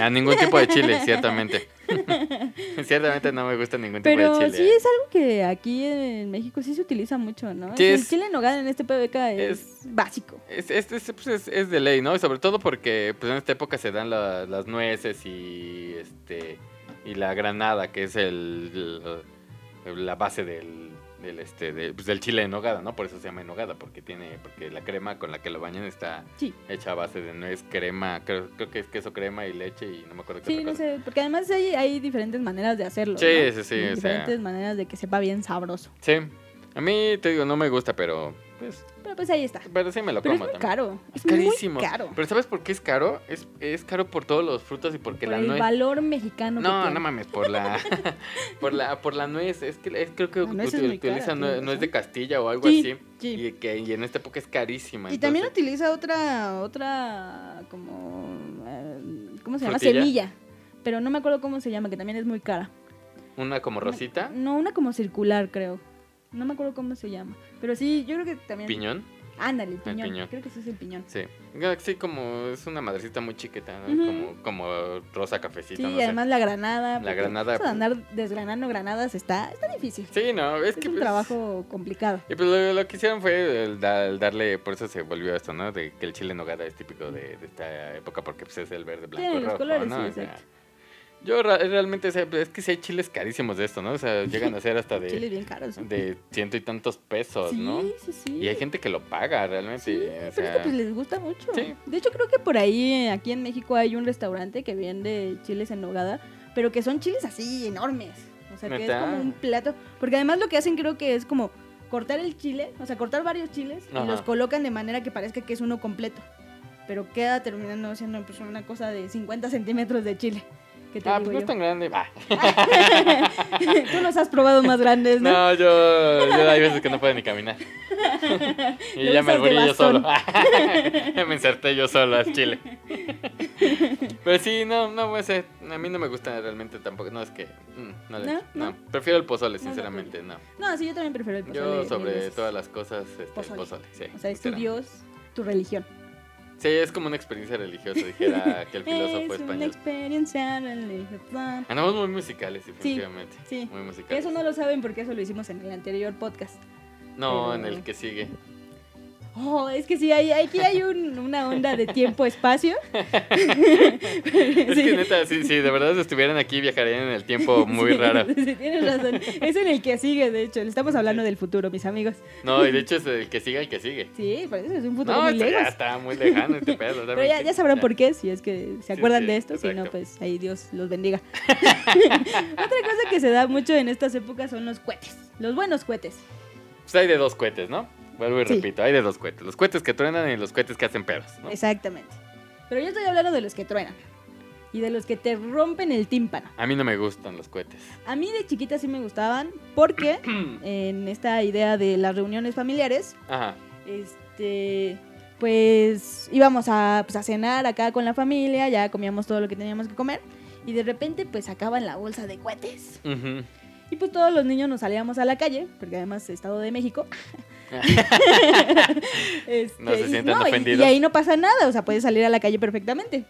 Speaker 1: A ningún tipo de chile, ciertamente. ciertamente no me gusta ningún tipo
Speaker 2: Pero
Speaker 1: de
Speaker 2: sí
Speaker 1: chile.
Speaker 2: es algo que aquí en México sí se utiliza mucho, ¿no?
Speaker 1: Sí,
Speaker 2: el
Speaker 1: es-
Speaker 2: chile en nogada en este PBK es, básico.
Speaker 1: Es, es, es- pues, es- es de ley, ¿no? Y sobre todo porque pues, en esta época se dan la- las nueces y este y la granada, que es el, el- la base del, del, este, de- pues, del chile en nogada, ¿no? Por eso se llama en nogada, porque tiene porque la crema con la que lo bañan está
Speaker 2: Sí.
Speaker 1: hecha a base de nuez, crema, creo, creo que es queso, crema y leche y no me acuerdo qué
Speaker 2: Sí,
Speaker 1: otra
Speaker 2: no
Speaker 1: cosa.
Speaker 2: sé, porque además hay, hay diferentes maneras de hacerlo.
Speaker 1: Sí,
Speaker 2: ¿no?
Speaker 1: sí, sí,
Speaker 2: Y
Speaker 1: o sea.
Speaker 2: Diferentes maneras de que sepa bien sabroso.
Speaker 1: Sí. A mí, te digo, no me gusta, pero pues,
Speaker 2: Pero pues ahí está.
Speaker 1: pero sí me lo
Speaker 2: Pero es
Speaker 1: como
Speaker 2: muy
Speaker 1: también.
Speaker 2: caro.
Speaker 1: Es
Speaker 2: Es muy
Speaker 1: carísimo.
Speaker 2: caro.
Speaker 1: Pero ¿sabes por qué es caro? Es, es caro por todos los frutos y porque
Speaker 2: Por
Speaker 1: la
Speaker 2: el
Speaker 1: nuez.
Speaker 2: valor mexicano. que
Speaker 1: No,
Speaker 2: tiene.
Speaker 1: no mames, por la, por la, por la nuez. Es que es- creo que
Speaker 2: La nuez es
Speaker 1: util-
Speaker 2: muy cara,
Speaker 1: utilizan
Speaker 2: tienes
Speaker 1: nue- nuez de Castilla o algo
Speaker 2: Sí,
Speaker 1: así.
Speaker 2: sí.
Speaker 1: Y, que, y en esta época es carísima.
Speaker 2: Y también
Speaker 1: entonces-
Speaker 2: utiliza otra, otra, como, eh, ¿cómo se llama?
Speaker 1: Frutilla.
Speaker 2: Semilla. Pero no me acuerdo cómo se llama, que también es muy cara.
Speaker 1: una como rosita,
Speaker 2: No, una como circular, creo. No me acuerdo cómo se llama. Pero sí, yo creo que también...
Speaker 1: piñón.
Speaker 2: Ándale, piñón.
Speaker 1: piñón.
Speaker 2: Creo que sí es el piñón.
Speaker 1: Sí. Sí, como es una madrecita muy chiquita, ¿no?
Speaker 2: Ujú.
Speaker 1: como, como rosa cafecita.
Speaker 2: Sí,
Speaker 1: no
Speaker 2: y
Speaker 1: sé.
Speaker 2: además la granada. porque
Speaker 1: granada, pues,
Speaker 2: eso de andar desgranando granadas está, está difícil.
Speaker 1: Sí, no, es,
Speaker 2: es
Speaker 1: que.
Speaker 2: un
Speaker 1: pues,
Speaker 2: trabajo complicado.
Speaker 1: Y pues lo, lo que hicieron fue el, da- el darle, por eso se volvió esto, ¿no? De que el chile en nogada es típico de, de esta época porque pues, es el verde, blanco
Speaker 2: Tiene
Speaker 1: y
Speaker 2: los
Speaker 1: rojo,
Speaker 2: colores,
Speaker 1: ¿no?
Speaker 2: sí,
Speaker 1: O sea,
Speaker 2: exacto.
Speaker 1: yo ra- realmente, sé, pues, es que si hay chiles carísimos de esto, ¿no? O sea, llegan a ser hasta
Speaker 2: Chiles
Speaker 1: de,
Speaker 2: bien caros.
Speaker 1: de ciento y tantos pesos,
Speaker 2: sí,
Speaker 1: ¿no?
Speaker 2: sí, sí.
Speaker 1: Y hay gente que lo paga realmente.
Speaker 2: Sí,
Speaker 1: o
Speaker 2: pero es que
Speaker 1: sea,
Speaker 2: pues les gusta mucho.
Speaker 1: Sí.
Speaker 2: De hecho, creo que por ahí, eh, aquí en México, hay un restaurante que vende chiles en nogada, pero que son chiles así, enormes. O sea, que es
Speaker 1: ¿Neta?
Speaker 2: como un plato. Porque además lo que hacen creo que es como cortar el chile, o sea, cortar varios chiles
Speaker 1: Ajá.
Speaker 2: y los colocan de manera que parezca que es uno completo. Pero queda terminando siendo pues, una cosa de 50 centímetros de chile. Que te
Speaker 1: ah,
Speaker 2: digo
Speaker 1: pues no es tan
Speaker 2: yo.
Speaker 1: grande. Ah.
Speaker 2: Tú los has probado más grandes, ¿no?
Speaker 1: No, yo, yo hay veces que no puedo ni caminar. y
Speaker 2: Lo
Speaker 1: ya me
Speaker 2: usas de
Speaker 1: morí yo solo.
Speaker 2: bastón.
Speaker 1: Ya me inserté yo solo al chile. Pero sí, no, no, pues, eh, a mí no me gusta realmente tampoco. No, es que. mm, no, le-
Speaker 2: No,
Speaker 1: no.
Speaker 2: no.
Speaker 1: Prefiero el pozole,
Speaker 2: No, no,
Speaker 1: sinceramente, no.
Speaker 2: No, sí, yo también prefiero el pozole.
Speaker 1: Yo
Speaker 2: mil
Speaker 1: sobre
Speaker 2: veces.
Speaker 1: todas las cosas, este, el pozole.
Speaker 2: Pozole.
Speaker 1: sí,
Speaker 2: O sea, es tu
Speaker 1: sinceramente.
Speaker 2: Dios, tu religión.
Speaker 1: Sí, es como una experiencia religiosa, dijera aquel filósofo
Speaker 2: es una
Speaker 1: español.
Speaker 2: experiencia religiosa.
Speaker 1: Andamos muy musicales, definitivamente.
Speaker 2: sí.
Speaker 1: Muy
Speaker 2: Que
Speaker 1: musicales.
Speaker 2: eso no lo saben porque eso lo hicimos en el anterior podcast.
Speaker 1: No,
Speaker 2: pero-
Speaker 1: en el que sigue.
Speaker 2: Oh, es que sí, hay, aquí hay un- una onda de tiempo-espacio.
Speaker 1: Es que neta, sí, sí, de verdad, si estuvieran aquí, viajarían en el tiempo muy raro.
Speaker 2: tienes razón. Es en el que sigue, de hecho. Le estamos hablando del futuro, mis amigos.
Speaker 1: No, y de hecho es el que sigue el que sigue.
Speaker 2: Sí, por eso es un futuro
Speaker 1: No,
Speaker 2: muy
Speaker 1: esto ya
Speaker 2: lejos.
Speaker 1: está muy lejano este pedo.
Speaker 2: Pero ya,
Speaker 1: realmente.
Speaker 2: ya sabrán por qué, si es que se acuerdan
Speaker 1: sí,
Speaker 2: de esto, si
Speaker 1: exacto.
Speaker 2: no, pues ahí Dios los bendiga. Otra cosa que se da mucho en estas épocas son los cohetes, los buenos cohetes.
Speaker 1: Pues hay de dos cohetes, ¿no? Vuelvo y
Speaker 2: Sí.
Speaker 1: repito, hay de dos cohetes. Los cohetes que truenan y los cohetes que hacen pedos, ¿no?
Speaker 2: Exactamente. Pero yo estoy hablando de los que truenan y de los que te rompen el tímpano.
Speaker 1: A mí no me gustan los cohetes.
Speaker 2: A mí de chiquita sí me gustaban porque en esta idea de las reuniones familiares,
Speaker 1: Ajá.
Speaker 2: este, pues íbamos a, pues, a cenar acá con la familia, ya comíamos todo lo que teníamos que comer y de repente pues sacaban la bolsa de cohetes.
Speaker 1: Ujú.
Speaker 2: Y pues todos los niños nos salíamos a la calle, porque además Estado de México. Este,
Speaker 1: No se
Speaker 2: y-
Speaker 1: sientan
Speaker 2: y-
Speaker 1: ofendidos.
Speaker 2: Y, ahí no pasa nada, o sea, puedes salir a la calle perfectamente.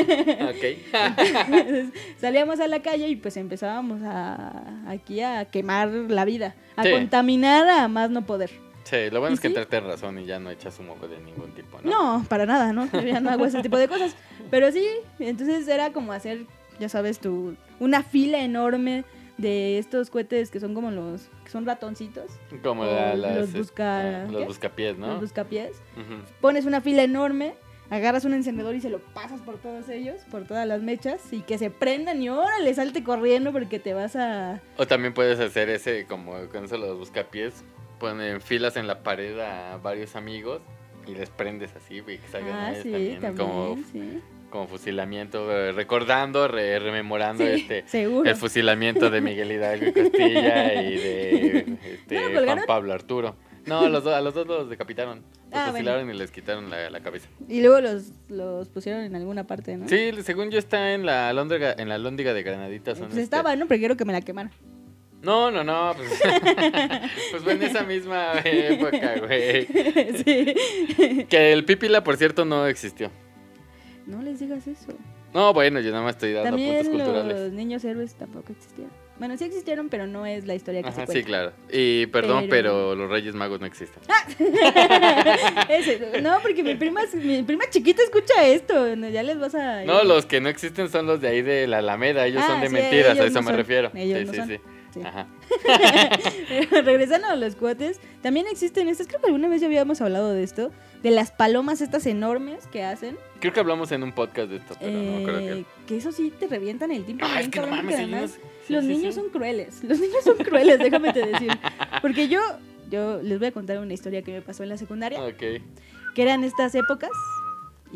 Speaker 1: Ok.
Speaker 2: Entonces, salíamos a la calle y pues empezábamos a, aquí a quemar la vida, a
Speaker 1: Sí.
Speaker 2: contaminar a más no poder.
Speaker 1: Sí, lo bueno
Speaker 2: ¿Y
Speaker 1: es que
Speaker 2: sí?
Speaker 1: entrarte en razón y ya no echas humo de ningún tipo, ¿no?
Speaker 2: No, para nada, ¿no? Yo ya no hago ese tipo de cosas. Pero sí, entonces era como hacer, ya sabes, tu, una fila enorme de estos cohetes que son como los, que son ratoncitos.
Speaker 1: Como
Speaker 2: O
Speaker 1: la- las,
Speaker 2: los busca-
Speaker 1: ah, los
Speaker 2: ¿qué?
Speaker 1: buscapiés, ¿no?
Speaker 2: Los buscapiés.
Speaker 1: Ujú.
Speaker 2: pones una fila enorme, agarras un encendedor y se lo pasas por todos ellos, por todas las mechas, y que se prendan y órale, salte corriendo porque te vas a...
Speaker 1: O también puedes hacer ese, como con eso los buscapiés, ponen filas en la pared a varios amigos y les prendes así, güey, que salgan
Speaker 2: Ah,
Speaker 1: ellos
Speaker 2: sí,
Speaker 1: también,
Speaker 2: también,
Speaker 1: Como,
Speaker 2: sí.
Speaker 1: como fusilamiento, eh, recordando, re- rememorando
Speaker 2: Sí,
Speaker 1: este
Speaker 2: seguro.
Speaker 1: el fusilamiento de Miguel Hidalgo y Costilla y de este,
Speaker 2: ¿No lo
Speaker 1: Juan
Speaker 2: colgaron?
Speaker 1: Pablo Arturo. No, los dos- a los dos los decapitaron. Los
Speaker 2: Ah, bueno. Ah.
Speaker 1: fusilaron y les quitaron la, la cabeza.
Speaker 2: Y luego los, los pusieron en alguna parte, ¿no?
Speaker 1: Sí, según yo está en la lóndiga, en la lóndiga de Granaditas.
Speaker 2: Eh,
Speaker 1: son
Speaker 2: Pues
Speaker 1: este-
Speaker 2: estaba, ¿no? Pero quiero que me la quemaran.
Speaker 1: No, no, no. Pues, pues fue en esa misma época, güey.
Speaker 2: sí.
Speaker 1: Que el pipila, por cierto, no existió.
Speaker 2: No les digas eso.
Speaker 1: No, bueno, yo nada más estoy dando puntos
Speaker 2: También
Speaker 1: culturales.
Speaker 2: los niños héroes tampoco existieron. Bueno, sí existieron, pero no es la historia que
Speaker 1: Ajá,
Speaker 2: se
Speaker 1: sí,
Speaker 2: cuenta.
Speaker 1: claro. Y perdón, pero...
Speaker 2: Pero-
Speaker 1: los Reyes Magos no existen.
Speaker 2: Ese, no, porque mi prima, mi prima chiquita escucha esto. no, Ya les vas a...
Speaker 1: No, los que no existen son los de ahí de la Alameda. Ellos
Speaker 2: Ah,
Speaker 1: son de
Speaker 2: sí,
Speaker 1: mentiras, a
Speaker 2: ellos
Speaker 1: eso
Speaker 2: no
Speaker 1: me
Speaker 2: son.
Speaker 1: refiero.
Speaker 2: Ellos
Speaker 1: sí,
Speaker 2: no
Speaker 1: sí,
Speaker 2: son.
Speaker 1: sí,
Speaker 2: Sí.
Speaker 1: Ajá.
Speaker 2: Regresando a los cohetes, también existen estas, creo que alguna vez ya habíamos hablado de esto, de las palomas estas enormes que hacen.
Speaker 1: Creo que hablamos en un podcast de esto, pero no creo
Speaker 2: eh,
Speaker 1: que.
Speaker 2: que eso sí te revientan el tiempo.
Speaker 1: Ah,
Speaker 2: bien
Speaker 1: es que no
Speaker 2: cabrón,
Speaker 1: mames,
Speaker 2: porque
Speaker 1: hay
Speaker 2: además-
Speaker 1: unos- sí,
Speaker 2: los
Speaker 1: sí,
Speaker 2: niños
Speaker 1: sí.
Speaker 2: son crueles, los niños son crueles, déjame te decir. Porque yo, yo les voy a contar una historia que me pasó en la secundaria,
Speaker 1: Ok.
Speaker 2: que eran estas épocas,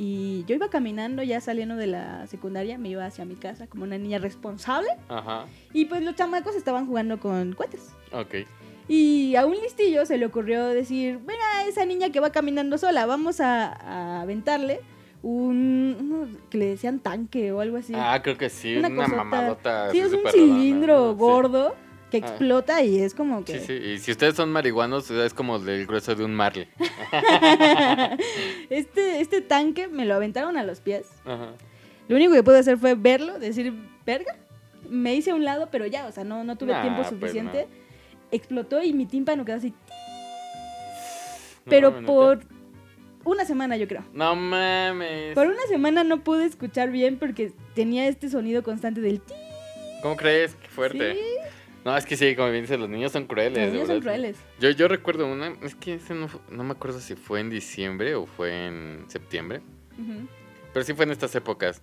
Speaker 2: y yo iba caminando ya saliendo de la secundaria, me iba hacia mi casa como una niña responsable,
Speaker 1: Ajá.
Speaker 2: y pues los chamacos estaban jugando con cohetes.
Speaker 1: Ok.
Speaker 2: Y a un listillo se le ocurrió decir, mira, esa niña que va caminando sola, vamos a, a aventarle un, uno que le decían tanque o algo así.
Speaker 1: Ah, creo que sí. Una,
Speaker 2: Una cosota.
Speaker 1: mamadota. así
Speaker 2: sí, es un
Speaker 1: súper redonda,
Speaker 2: cilindro
Speaker 1: ¿no? Sí.
Speaker 2: gordo que
Speaker 1: Ah.
Speaker 2: explota y es como que...
Speaker 1: Sí, sí. Y si ustedes son marihuanos, es como del grueso de un marley.
Speaker 2: este, este tanque me lo aventaron a los pies.
Speaker 1: Ajá.
Speaker 2: Lo único que pude hacer fue verlo, decir, verga. Me hice a un lado, pero ya, o sea, no, no tuve
Speaker 1: Nah,
Speaker 2: tiempo
Speaker 1: pues,
Speaker 2: suficiente. Explotó y mi tímpano quedó así.
Speaker 1: No,
Speaker 2: Pero
Speaker 1: neta.
Speaker 2: por una semana, yo creo.
Speaker 1: No mames.
Speaker 2: Por una semana no pude escuchar bien porque tenía este sonido constante del ti.
Speaker 1: ¿Cómo crees? Qué fuerte.
Speaker 2: Sí.
Speaker 1: No, es que sí, como bien dices, los niños son crueles.
Speaker 2: Los
Speaker 1: de
Speaker 2: niños son
Speaker 1: verdad.
Speaker 2: crueles.
Speaker 1: Yo, yo recuerdo una, es que ese no, fu- no me acuerdo si fue en diciembre o fue en septiembre,
Speaker 2: Ujú.
Speaker 1: pero sí fue en estas épocas.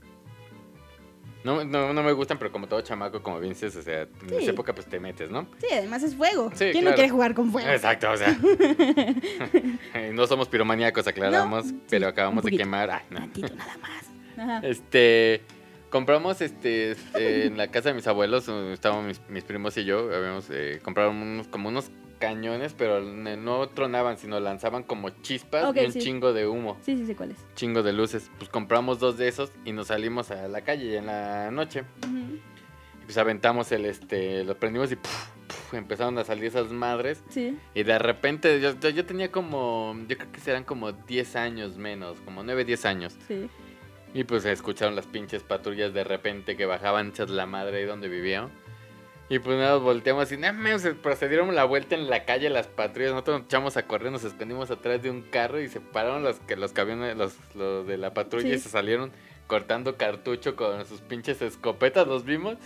Speaker 1: No, no, no me gustan, pero como todo chamaco, como bien dices, o sea, en
Speaker 2: Sí.
Speaker 1: esa época pues te metes, ¿no?
Speaker 2: Sí, además es fuego.
Speaker 1: Sí,
Speaker 2: ¿Quién no
Speaker 1: claro.
Speaker 2: quiere jugar con fuego?
Speaker 1: Exacto, o sea. no somos piromaníacos, aclaramos,
Speaker 2: sí,
Speaker 1: pero
Speaker 2: un
Speaker 1: acabamos de
Speaker 2: poquito.
Speaker 1: quemar. ay, no.
Speaker 2: Tantito nada más. Ajá.
Speaker 1: Este, compramos este, este, en la casa de mis abuelos, eh, estaban mis, mis primos y yo, habíamos eh, comprado unos, como unos cañones, pero n- no tronaban, sino lanzaban como chispas
Speaker 2: Ok,
Speaker 1: y un
Speaker 2: sí.
Speaker 1: chingo de humo,
Speaker 2: Sí, sí, sé cuál es.
Speaker 1: chingo de luces. Pues compramos dos de esos y nos salimos a la calle en la noche.
Speaker 2: Ujú.
Speaker 1: Y pues aventamos el, este, lo prendimos y puf, puf, empezaron a salir esas madres.
Speaker 2: Sí.
Speaker 1: Y de repente, yo, yo, yo tenía como, yo creo que serán como 10 años menos, como 9, 10 años.
Speaker 2: Sí.
Speaker 1: Y pues se escucharon las pinches patrullas de repente que bajaban hechas la madre ahí donde vivían. Y pues nada, volteamos y nada más, se- pero se dieron la vuelta en la calle las patrullas. Nosotros nos echamos a correr, nos escondimos atrás de un carro y se pararon los, que- los camiones, los, los de la patrulla y
Speaker 2: Sí.
Speaker 1: se salieron cortando cartucho con sus pinches escopetas. Los vimos.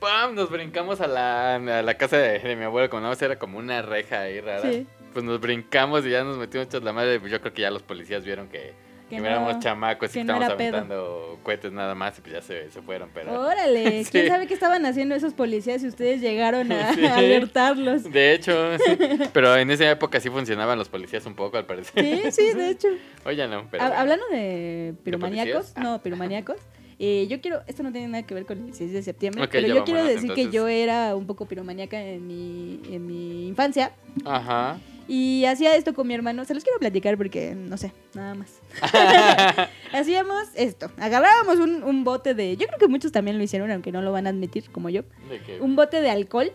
Speaker 1: ¡Pam! Nos brincamos a la, a la casa de, de mi abuelo. Como nada más era como una reja ahí rara.
Speaker 2: Sí.
Speaker 1: Pues nos brincamos y ya nos metimos hechas la madre. Pues yo creo que ya los policías vieron que que
Speaker 2: no.
Speaker 1: éramos chamacos y que
Speaker 2: que no
Speaker 1: estábamos
Speaker 2: era pedo.
Speaker 1: aventando cohetes nada más y pues ya se, se fueron, pero...
Speaker 2: Órale,
Speaker 1: Sí.
Speaker 2: ¿quién sabe qué estaban haciendo esos policías si ustedes llegaron a,
Speaker 1: Sí.
Speaker 2: a alertarlos?
Speaker 1: De hecho, sí, pero en esa época sí funcionaban los policías un poco, al parecer.
Speaker 2: Sí, sí, de hecho.
Speaker 1: Oye, no, pero...
Speaker 2: Ha-
Speaker 1: bueno.
Speaker 2: Hablando de piromaníacos,
Speaker 1: policías? Ah.
Speaker 2: no, piromaníacos, eh, yo quiero, esto no tiene nada que ver con el 16 de septiembre,
Speaker 1: Ok, ya
Speaker 2: pero yo quiero
Speaker 1: vámonos,
Speaker 2: decir que
Speaker 1: entonces.
Speaker 2: yo era un poco piromaníaca en mi, en mi infancia
Speaker 1: Ajá.
Speaker 2: y hacía esto con mi hermano, se los quiero platicar porque, no sé, nada más. Hacíamos esto, agarrábamos un, un bote de, yo creo que muchos también lo hicieron, aunque no lo van a admitir, como yo,
Speaker 1: ¿De qué?
Speaker 2: un bote de alcohol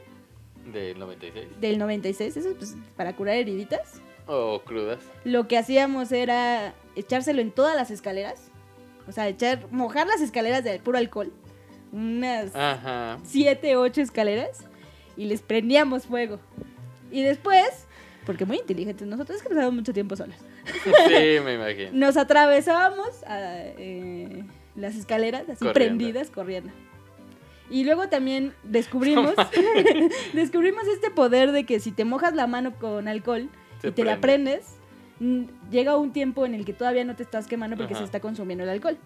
Speaker 1: ¿Del 96?
Speaker 2: del 96, eso es pues, para curar heriditas.
Speaker 1: ¿O crudas?
Speaker 2: Lo que hacíamos era echárselo en todas las escaleras. O sea, echar, mojar las escaleras de puro alcohol. Unas
Speaker 1: Ah. Ajá.
Speaker 2: siete, ocho escaleras. Y les prendíamos fuego. Y después, porque muy inteligentes nosotros, es que pasábamos mucho tiempo solos.
Speaker 1: Sí, me imagino.
Speaker 2: Nos atravesábamos a, eh, las escaleras así
Speaker 1: Corriendo.
Speaker 2: prendidas corriendo. Y luego también descubrimos, descubrimos este poder de que si te mojas la mano con alcohol
Speaker 1: Se
Speaker 2: y te la
Speaker 1: prende.
Speaker 2: prendes, mm, llega un tiempo en el que todavía no te estás quemando porque
Speaker 1: Ajá.
Speaker 2: se está consumiendo el alcohol.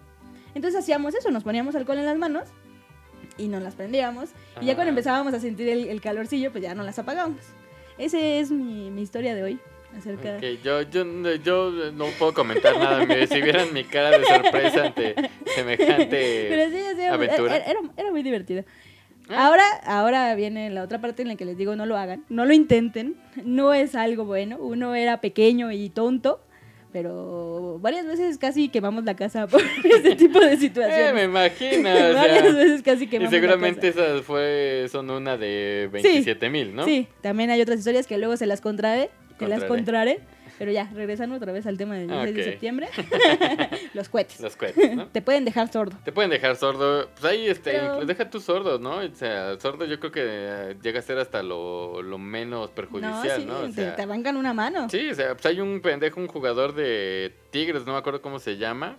Speaker 2: Entonces hacíamos eso, nos poníamos alcohol en las manos y nos las prendíamos. Y ya cuando
Speaker 1: Ah.
Speaker 2: empezábamos a sentir el, el calorcillo, pues ya no las apagábamos. Esa es mi, mi historia de hoy acerca de...
Speaker 1: Ok, yo, yo, no- yo no puedo comentar nada. mire, si vieran mi cara de sorpresa ante semejante...
Speaker 2: Pero sí, sí, era, muy-
Speaker 1: Eh, aventura.
Speaker 2: era- era- era muy divertido.
Speaker 1: Ah.
Speaker 2: Ahora, ahora viene la otra parte en la que les digo no lo hagan, no lo intenten, no es algo bueno. Uno era pequeño y tonto, pero varias veces casi quemamos la casa por este tipo de
Speaker 1: Eh, me
Speaker 2: situaciones.
Speaker 1: imagino. o sea.
Speaker 2: varias veces casi
Speaker 1: Y
Speaker 2: quemamos
Speaker 1: seguramente
Speaker 2: la casa.
Speaker 1: esas fue, son una de 27 mil, ¿no?
Speaker 2: Sí, también hay otras historias que luego se las contraré, que las
Speaker 1: Contraré.
Speaker 2: contraré. Pero ya, regresando otra vez al tema del 16 de
Speaker 1: Ok.
Speaker 2: septiembre. Los cohetes.
Speaker 1: Los cohetes, ¿no?
Speaker 2: Te pueden dejar sordo.
Speaker 1: Te pueden dejar sordo. Pues ahí, este,
Speaker 2: Pero-
Speaker 1: inclu- deja tú sordo, ¿no? O sea, sordo yo creo que eh, llega a ser hasta lo, lo menos perjudicial, ¿no?
Speaker 2: sí,
Speaker 1: O
Speaker 2: te-
Speaker 1: sea,
Speaker 2: te arrancan una mano.
Speaker 1: sí, o sea, pues hay un pendejo, un jugador de Tigres, no me acuerdo cómo se llama,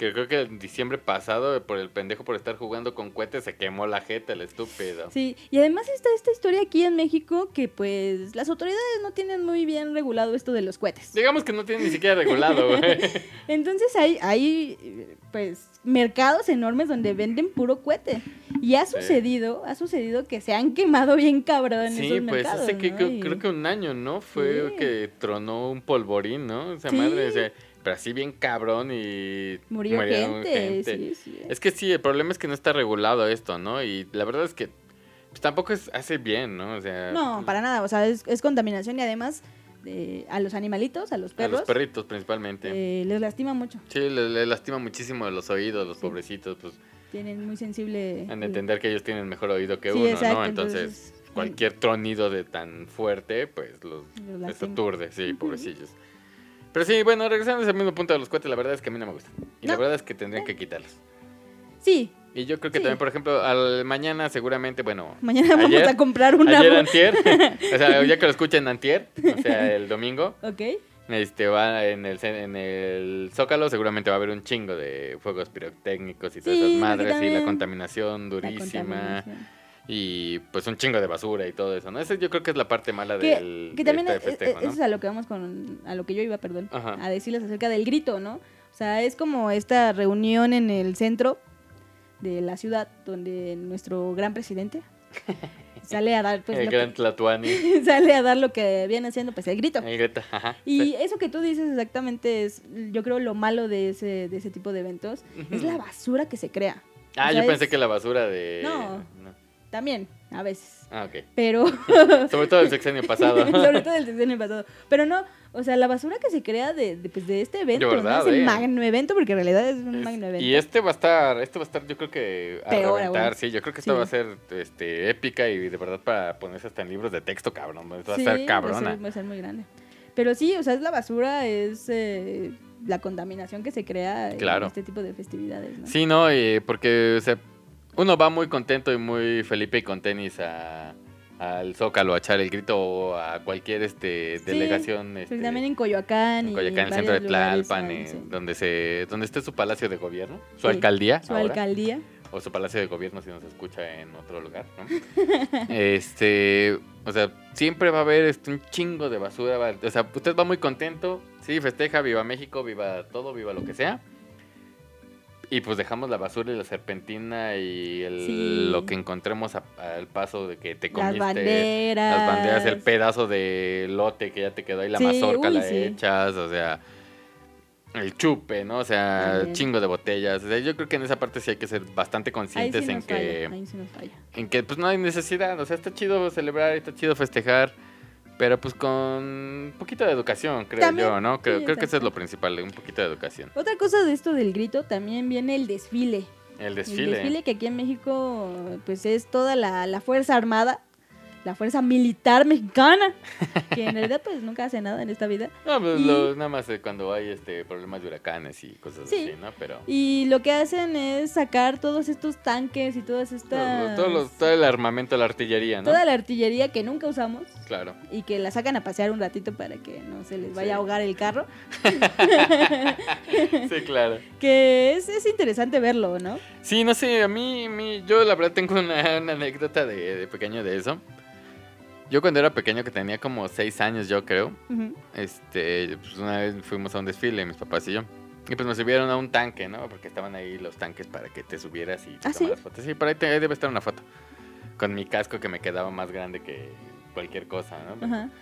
Speaker 1: Que creo que en diciembre pasado, por el pendejo por estar jugando con cohetes, se quemó la jeta, el estúpido.
Speaker 2: Sí, y además está esta historia aquí en México que pues las autoridades no tienen muy bien regulado esto de los cohetes.
Speaker 1: Digamos que no tiene ni siquiera regulado, güey.
Speaker 2: Entonces hay, hay eh, pues mercados enormes donde venden puro cohete. Y ha sucedido, ha sucedido que se han quemado bien cabrón en
Speaker 1: Sí,
Speaker 2: esos
Speaker 1: pues
Speaker 2: mercados.
Speaker 1: hace que
Speaker 2: ¿no?
Speaker 1: creo,
Speaker 2: Y-
Speaker 1: creo que un año, ¿no? Fue
Speaker 2: Sí.
Speaker 1: que tronó un polvorín, ¿no? Esa
Speaker 2: Sí.
Speaker 1: madre, o sea, pero así bien cabrón y
Speaker 2: Murió, gente,
Speaker 1: gente.
Speaker 2: sí, sí.
Speaker 1: Es que sí, el problema es que no está regulado esto, ¿no? Y la verdad es que pues, tampoco es, hace bien, ¿no? O sea,
Speaker 2: No, para nada, o sea, es, es contaminación y además eh, a los animalitos, a los
Speaker 1: a
Speaker 2: perros,
Speaker 1: los perritos principalmente.
Speaker 2: eh, les lastima mucho.
Speaker 1: Sí, les lastima muchísimo los oídos, los pobrecitos, pues
Speaker 2: Tienen muy sensible...
Speaker 1: en entender que ellos tienen mejor oído que
Speaker 2: Sí,
Speaker 1: uno,
Speaker 2: exacto,
Speaker 1: ¿no? Entonces,
Speaker 2: entonces,
Speaker 1: cualquier tronido de tan fuerte, pues los les
Speaker 2: Los lastima.
Speaker 1: aturde, sí, pobrecillos. Pero sí, bueno, regresando a ese mismo punto de los cohetes, la verdad es que a mí no me gustan. Y la
Speaker 2: No.
Speaker 1: verdad es que tendrían que quitarlos.
Speaker 2: Sí,
Speaker 1: Y yo creo que
Speaker 2: Sí.
Speaker 1: también, por ejemplo, al mañana seguramente, bueno,
Speaker 2: mañana
Speaker 1: Ayer-
Speaker 2: vamos a comprar una...
Speaker 1: ayer antier, o sea, ya que lo escuchen antier, o sea, el domingo,
Speaker 2: Ok,
Speaker 1: este va en el, ce- en el Zócalo, seguramente va a haber un chingo de fuegos pirotécnicos y todas
Speaker 2: Sí,
Speaker 1: esas
Speaker 2: porque
Speaker 1: madres y la
Speaker 2: también-
Speaker 1: contaminación
Speaker 2: la
Speaker 1: durísima
Speaker 2: contaminación.
Speaker 1: y pues un chingo de basura y todo eso, ¿no? Esa yo creo que es la parte mala
Speaker 2: que,
Speaker 1: del
Speaker 2: que también
Speaker 1: de
Speaker 2: es,
Speaker 1: este festejo,
Speaker 2: es-
Speaker 1: ¿no?
Speaker 2: eso es a lo que vamos con a lo que yo iba perdón
Speaker 1: Ajá.
Speaker 2: a decirles acerca del grito no o sea es como esta reunión en el centro de la ciudad donde nuestro gran presidente sale a dar pues
Speaker 1: el
Speaker 2: lo
Speaker 1: gran Tlatuani,
Speaker 2: que- sale a dar lo que viene haciendo pues el grito
Speaker 1: el Greta, ajá,
Speaker 2: y
Speaker 1: sí.
Speaker 2: eso que tú dices exactamente es yo creo lo malo de ese de ese tipo de eventos es la basura que se crea
Speaker 1: Ah,
Speaker 2: o
Speaker 1: yo
Speaker 2: sea,
Speaker 1: pensé
Speaker 2: es-
Speaker 1: que la basura de...
Speaker 2: No.
Speaker 1: no.
Speaker 2: también a veces
Speaker 1: Ah, ok.
Speaker 2: pero
Speaker 1: Sobre todo el sexenio pasado.
Speaker 2: Sobre todo del sexenio pasado. Pero no, o sea, la basura que se crea de, de, pues, de este evento,
Speaker 1: De verdad,
Speaker 2: ¿no? Ese
Speaker 1: eh.
Speaker 2: magno evento, porque en realidad es un
Speaker 1: Es-
Speaker 2: magno evento.
Speaker 1: y este va a estar, este va a estar, yo creo que a
Speaker 2: Peor
Speaker 1: reventar,
Speaker 2: aún.
Speaker 1: sí, yo creo que
Speaker 2: Sí.
Speaker 1: esta va a ser este, épica y de verdad para ponerse hasta en libros de texto, cabrón. Esto va
Speaker 2: Sí,
Speaker 1: a estar
Speaker 2: Va a
Speaker 1: cabrona.
Speaker 2: ser, va a ser muy grande. Pero sí, o sea, es la basura, es eh, la contaminación que se crea
Speaker 1: Claro.
Speaker 2: en este tipo de festividades, ¿no?
Speaker 1: Sí, no, Y porque o sea, uno va muy contento y muy Felipe y con tenis a- al Zócalo a echar el grito o a cualquier este
Speaker 2: Sí,
Speaker 1: delegación
Speaker 2: Porque
Speaker 1: este,
Speaker 2: Pues también en Coyoacán,
Speaker 1: en
Speaker 2: y
Speaker 1: Coyacán, en el
Speaker 2: varios
Speaker 1: centro de
Speaker 2: lugares
Speaker 1: Tlalpan,
Speaker 2: hay,
Speaker 1: eh,
Speaker 2: sí.
Speaker 1: donde se donde esté su palacio de gobierno, su
Speaker 2: Sí,
Speaker 1: alcaldía,
Speaker 2: Su
Speaker 1: ahora,
Speaker 2: alcaldía.
Speaker 1: o su palacio de gobierno si nos escucha en otro lugar, ¿no? este, o sea, siempre va a haber este, un chingo de basura, va- o sea, usted va muy contento, sí, festeja, viva México, viva todo, viva lo que sea. Y pues dejamos la basura y la serpentina y el-
Speaker 2: Sí.
Speaker 1: lo que encontremos a- al paso de que te
Speaker 2: Las
Speaker 1: comiste.
Speaker 2: banderas.
Speaker 1: las este, banderas, el pedazo de lote que ya te quedó ahí, la
Speaker 2: Sí,
Speaker 1: mazorca
Speaker 2: uy,
Speaker 1: la
Speaker 2: sí.
Speaker 1: echas, o sea, el chupe, ¿no? O sea,
Speaker 2: También.
Speaker 1: chingo de botellas. O sea, yo creo que en esa parte sí hay que ser bastante
Speaker 2: Ahí
Speaker 1: conscientes
Speaker 2: sí
Speaker 1: en
Speaker 2: nos falla,
Speaker 1: que,
Speaker 2: ahí sí nos falla.
Speaker 1: en que pues no hay necesidad. O sea, está chido celebrar, está chido festejar, pero pues con un poquito de educación, creo
Speaker 2: También,
Speaker 1: yo, ¿no? Creo,
Speaker 2: sí,
Speaker 1: creo que eso es
Speaker 2: exacto.
Speaker 1: lo principal, un poquito de educación.
Speaker 2: Otra cosa de esto del grito, también viene el desfile.
Speaker 1: El
Speaker 2: El
Speaker 1: desfile.
Speaker 2: desfile que aquí en México, pues es toda la, la Fuerza Armada, la Fuerza Militar Mexicana, que en realidad pues nunca hace nada en esta vida.
Speaker 1: No, pues
Speaker 2: Y-
Speaker 1: lo- nada más eh, cuando hay este problemas de huracanes y cosas
Speaker 2: Sí.
Speaker 1: así, ¿no? Pero...
Speaker 2: Y lo que hacen es sacar todos estos tanques y todas
Speaker 1: Todos los-
Speaker 2: estas...
Speaker 1: todos los- todo el armamento, la artillería, ¿no?
Speaker 2: Toda la artillería que nunca usamos
Speaker 1: Claro.
Speaker 2: y que la sacan a pasear un ratito para que no se les vaya
Speaker 1: Sí.
Speaker 2: a ahogar el carro,
Speaker 1: Sí, claro.
Speaker 2: que es, es interesante verlo, ¿no?
Speaker 1: Sí, no sé, a mí, mi- yo la verdad tengo una, una anécdota de, de pequeño de eso. Yo cuando era pequeño, que tenía como seis años, yo creo,
Speaker 2: Ujú.
Speaker 1: este, pues una vez fuimos a un desfile, mis papás y yo. Y pues nos subieron a un tanque, ¿no? Porque estaban ahí los tanques para que te subieras y te
Speaker 2: ¿Ah, sí?
Speaker 1: tomaras fotos. Sí, por ahí, te- ahí debe estar una foto. Con mi casco que me quedaba más grande que cualquier cosa, ¿no?
Speaker 2: Ajá.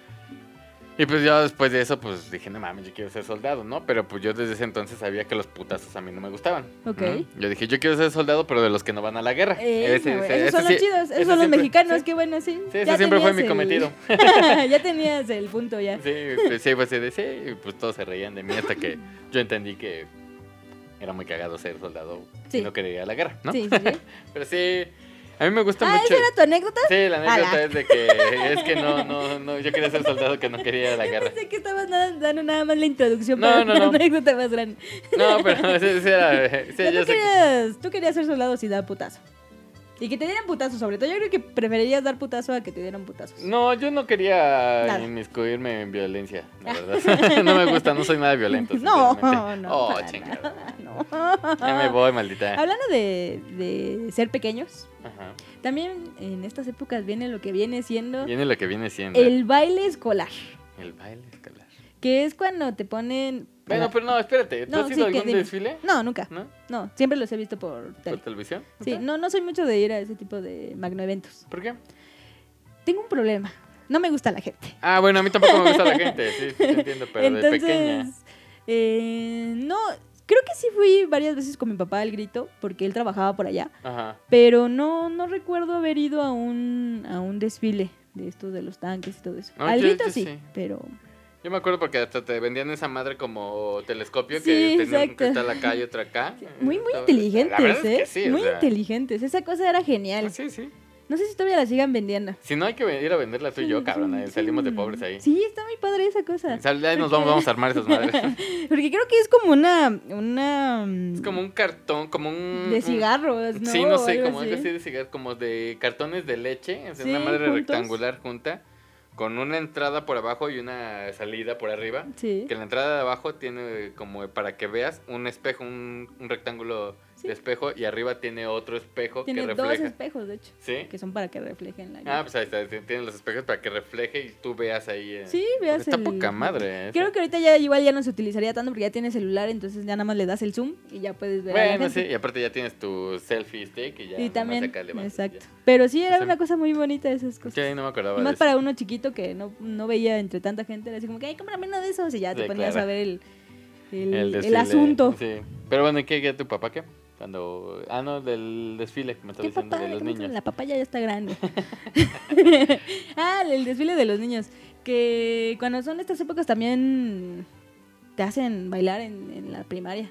Speaker 1: Y pues yo después de eso, pues dije, no mames, yo quiero ser soldado, ¿no? Pero pues yo desde ese entonces sabía que los putazos a mí no me gustaban.
Speaker 2: Ok.
Speaker 1: ¿no? Yo dije, yo quiero ser soldado, pero de los que no van a la guerra.
Speaker 2: Eso,
Speaker 1: Ese-
Speaker 2: güey,
Speaker 1: ese-
Speaker 2: Eh, esos
Speaker 1: ese
Speaker 2: son los
Speaker 1: sí-
Speaker 2: chidos, esos
Speaker 1: ese
Speaker 2: son los
Speaker 1: siempre-
Speaker 2: mexicanos,
Speaker 1: sí.
Speaker 2: qué bueno, sí.
Speaker 1: Sí, ese
Speaker 2: Ya
Speaker 1: siempre fue
Speaker 2: tenías
Speaker 1: mi
Speaker 2: el-
Speaker 1: cometido.
Speaker 2: ya tenías el punto ya.
Speaker 1: Sí, pues, sí, fue así de sí, y pues todos se reían de mí hasta que yo entendí que era muy cagado ser soldado
Speaker 2: Sí.
Speaker 1: y no quería ir a la guerra, ¿no?
Speaker 2: Sí, sí, sí.
Speaker 1: Pero sí, a mí me gusta
Speaker 2: Ah,
Speaker 1: mucho.
Speaker 2: ¿esa era tu anécdota?
Speaker 1: Sí, la
Speaker 2: Ala.
Speaker 1: anécdota es de que es que no, no, no, yo quería ser soldado que no quería ir a la guerra.
Speaker 2: Pensé que estabas nada- dando nada más la introducción
Speaker 1: No,
Speaker 2: para
Speaker 1: no,
Speaker 2: una
Speaker 1: no.
Speaker 2: anécdota más grande.
Speaker 1: No, pero sí, sí era, sí,
Speaker 2: Ya
Speaker 1: yo
Speaker 2: tú,
Speaker 1: sé que-
Speaker 2: querías, tú querías ser soldado si da putazo. Y que te dieran putazos, sobre todo. Yo creo que preferirías dar putazo a que te dieran putazos.
Speaker 1: No, yo no quería
Speaker 2: Nada.
Speaker 1: inmiscuirme en violencia, la verdad. no me gusta, no soy nada violento.
Speaker 2: No, no,
Speaker 1: sinceramente. Oh,
Speaker 2: para
Speaker 1: chingada.
Speaker 2: nada, Ah, no.
Speaker 1: Ya me voy, maldita.
Speaker 2: Hablando de, de ser pequeños,
Speaker 1: Ajá.
Speaker 2: también en estas épocas viene lo que viene siendo
Speaker 1: Viene lo que viene siendo.
Speaker 2: el baile escolar,
Speaker 1: El baile escolar.
Speaker 2: que es cuando te ponen...
Speaker 1: Bueno, pero no, espérate. ¿Tú
Speaker 2: No,
Speaker 1: has
Speaker 2: sí,
Speaker 1: ido a
Speaker 2: que
Speaker 1: algún
Speaker 2: dime.
Speaker 1: desfile?
Speaker 2: No, nunca.
Speaker 1: ¿No?
Speaker 2: No, siempre los he visto por
Speaker 1: ¿Por
Speaker 2: tele.
Speaker 1: televisión?
Speaker 2: Sí,
Speaker 1: Ok.
Speaker 2: no, no soy mucho de ir a ese tipo de magno eventos.
Speaker 1: ¿Por qué?
Speaker 2: Tengo un problema. No me gusta la gente.
Speaker 1: Ah, bueno, a mí tampoco me gusta la gente. Sí, te entiendo, pero de
Speaker 2: Entonces,
Speaker 1: pequeña.
Speaker 2: eh, no, creo que sí fui varias veces con mi papá al grito, porque él trabajaba por allá,
Speaker 1: Ajá.
Speaker 2: pero no, no recuerdo haber ido a un, a un desfile de estos de los tanques y todo eso.
Speaker 1: No,
Speaker 2: al
Speaker 1: yo-
Speaker 2: grito
Speaker 1: yo
Speaker 2: sí,
Speaker 1: sí.
Speaker 2: pero
Speaker 1: Yo me acuerdo porque hasta te vendían esa madre como telescopio
Speaker 2: Sí,
Speaker 1: que tenía un
Speaker 2: exacto.
Speaker 1: cristal acá y otra acá.
Speaker 2: muy, muy
Speaker 1: Estaba- la
Speaker 2: inteligentes,
Speaker 1: verdad
Speaker 2: ¿eh?
Speaker 1: Es que sí, o
Speaker 2: muy
Speaker 1: sea. Ah,
Speaker 2: inteligentes, esa cosa era genial.
Speaker 1: Sí, sí.
Speaker 2: No sé si todavía la sigan vendiendo.
Speaker 1: Si no hay que venir a venderla tú y yo, cabrón. eh, Salimos de pobres ahí.
Speaker 2: Sí, está muy padre esa cosa.
Speaker 1: Sal de ahí nos
Speaker 2: Porque-
Speaker 1: vamos, vamos a armar esas madres.
Speaker 2: Porque creo que es como una... una
Speaker 1: Es como un cartón, como un.
Speaker 2: De
Speaker 1: un-
Speaker 2: cigarros, ¿no?
Speaker 1: Sí, no
Speaker 2: O
Speaker 1: sé,
Speaker 2: algo
Speaker 1: como algo
Speaker 2: así.
Speaker 1: así de cigarro, como de cartones de leche, es
Speaker 2: Sí,
Speaker 1: una madre
Speaker 2: juntos.
Speaker 1: rectangular junta, con una entrada por abajo y una salida por arriba.
Speaker 2: Sí.
Speaker 1: Que la entrada de abajo tiene como para que veas un espejo, un, un rectángulo
Speaker 2: Sí.
Speaker 1: de espejo, y arriba tiene otro espejo
Speaker 2: Tiene
Speaker 1: que
Speaker 2: dos
Speaker 1: refleja.
Speaker 2: espejos, de hecho,
Speaker 1: ¿Sí?
Speaker 2: que son para que reflejen la
Speaker 1: Ah,
Speaker 2: lluvia.
Speaker 1: pues ahí está, t- tienen los espejos para que refleje y tú veas ahí. eh.
Speaker 2: Sí,
Speaker 1: Pues
Speaker 2: veas
Speaker 1: Está
Speaker 2: el-
Speaker 1: poca madre. eh,
Speaker 2: Creo
Speaker 1: eso.
Speaker 2: que ahorita ya igual ya no se utilizaría tanto porque ya tiene celular, entonces ya nada más le das el zoom y ya puedes ver a la
Speaker 1: Bueno, sí,
Speaker 2: gente.
Speaker 1: y aparte ya tienes tu selfie stick y ya.
Speaker 2: y
Speaker 1: nomás
Speaker 2: también,
Speaker 1: acá levantas y
Speaker 2: exacto. Pero sí, era
Speaker 1: O sea,
Speaker 2: una cosa muy bonita esas
Speaker 1: ya.
Speaker 2: cosas.
Speaker 1: Sí, ahí no me acordaba. de
Speaker 2: Más
Speaker 1: eso.
Speaker 2: para uno chiquito que no, no veía entre tanta gente, era así como que, ay, cómprame uno de esos y ya te
Speaker 1: Sí,
Speaker 2: ponías
Speaker 1: claro.
Speaker 2: a ver el, el, el
Speaker 1: desfile,
Speaker 2: asunto.
Speaker 1: Sí. Pero bueno, ¿y ¿qué, qué tu papá qué? Cuando. Ah, no, del desfile que me estaba
Speaker 2: ¿Qué
Speaker 1: diciendo
Speaker 2: papá?
Speaker 1: de los
Speaker 2: ¿Cómo que
Speaker 1: niños.
Speaker 2: La papaya ya está grande. ah, el desfile de los niños. Que cuando son estas épocas también te hacen bailar en, en la primaria.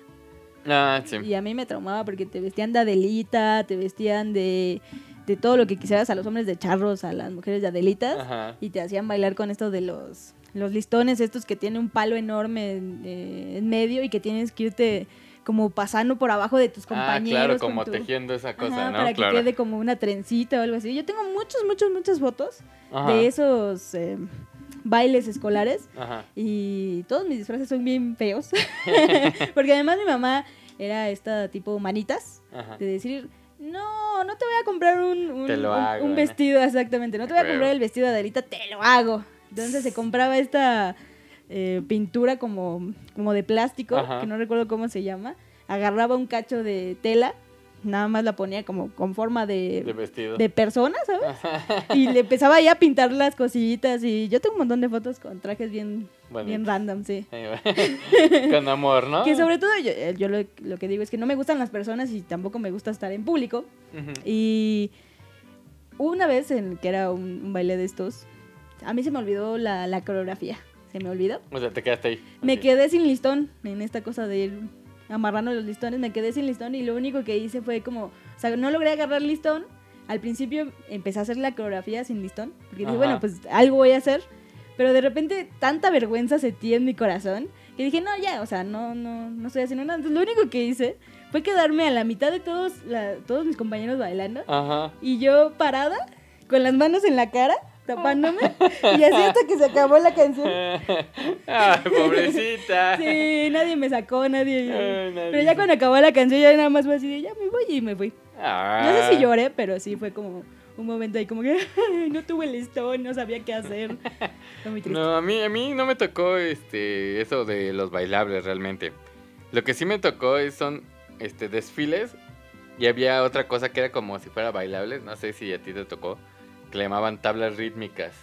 Speaker 1: Ah, sí.
Speaker 2: Y a mí me traumaba porque te vestían de Adelita, te vestían de, de todo lo que quisieras a los hombres de charros, a las mujeres de Adelitas.
Speaker 1: Ajá.
Speaker 2: Y te hacían bailar con esto de los, los listones, estos que tiene un palo enorme en, eh, en medio y que tienes que irte como pasando por abajo de tus
Speaker 1: Ah,
Speaker 2: compañeros.
Speaker 1: claro,
Speaker 2: con
Speaker 1: como
Speaker 2: tu-
Speaker 1: tejiendo esa cosa,
Speaker 2: Ajá,
Speaker 1: ¿no?
Speaker 2: para
Speaker 1: claro.
Speaker 2: que quede como una trencita o algo así. Yo tengo muchos, muchos, muchas fotos
Speaker 1: Ajá,
Speaker 2: de esos eh, bailes escolares
Speaker 1: Ajá.
Speaker 2: y todos mis disfraces son bien feos. Porque además mi mamá era esta tipo manitas
Speaker 1: Ajá.
Speaker 2: de decir, no, no te voy a comprar un, un-
Speaker 1: Te lo
Speaker 2: un-
Speaker 1: hago,
Speaker 2: un
Speaker 1: ¿no?
Speaker 2: vestido, exactamente, no te voy a
Speaker 1: Huevo.
Speaker 2: comprar el vestido de Adelita, te lo hago. Entonces se compraba esta eh, pintura como, como de plástico,
Speaker 1: Ajá.
Speaker 2: que no recuerdo cómo se llama, agarraba un cacho de tela, nada más la ponía como con forma
Speaker 1: De
Speaker 2: de,
Speaker 1: vestido.
Speaker 2: de persona, ¿sabes? Y le empezaba ahí a pintar las cosillitas y yo tengo un montón de fotos con trajes bien,
Speaker 1: Bueno, Ah.
Speaker 2: bien random, sí.
Speaker 1: Con amor, ¿no?
Speaker 2: Que sobre todo yo, eh, yo lo, lo que digo es que no me gustan las personas y tampoco me gusta estar en público.
Speaker 1: Ujú.
Speaker 2: Y una vez en que era un, un baile de estos, a mí se me olvidó la, la coreografía. Se me olvidó.
Speaker 1: O sea, te quedaste ahí.
Speaker 2: Me
Speaker 1: así.
Speaker 2: quedé sin listón en esta cosa de ir amarrando los listones. Me quedé sin listón y lo único que hice fue como, o sea, no logré agarrar listón. Al principio empecé a hacer la coreografía sin listón, porque dije,
Speaker 1: Ajá.
Speaker 2: bueno, pues algo voy a hacer. Pero de repente tanta vergüenza sentí en mi corazón que dije, no, ya, o sea, no, no, no estoy haciendo nada. Entonces lo único que hice fue quedarme a la mitad de todos, la- todos mis compañeros bailando
Speaker 1: Ajá.
Speaker 2: y yo parada, con las manos en la cara, tapándome, y así hasta que se acabó la canción.
Speaker 1: Ay, pobrecita.
Speaker 2: Sí, nadie me sacó, nadie.
Speaker 1: Ay, nadie.
Speaker 2: Pero ya cuando acabó la canción, ya nada más fue así de ya me voy y me fui. No sé si
Speaker 1: Ah.
Speaker 2: lloré, pero sí fue como un momento ahí como que no tuve el listón, no sabía qué hacer. Fue muy triste.
Speaker 1: No, a mí, a mí no me tocó este, eso de los bailables realmente. Lo que sí me tocó es, son este, desfiles y había otra cosa que era como si fuera bailables, no sé si a ti te tocó, que le llamaban tablas rítmicas.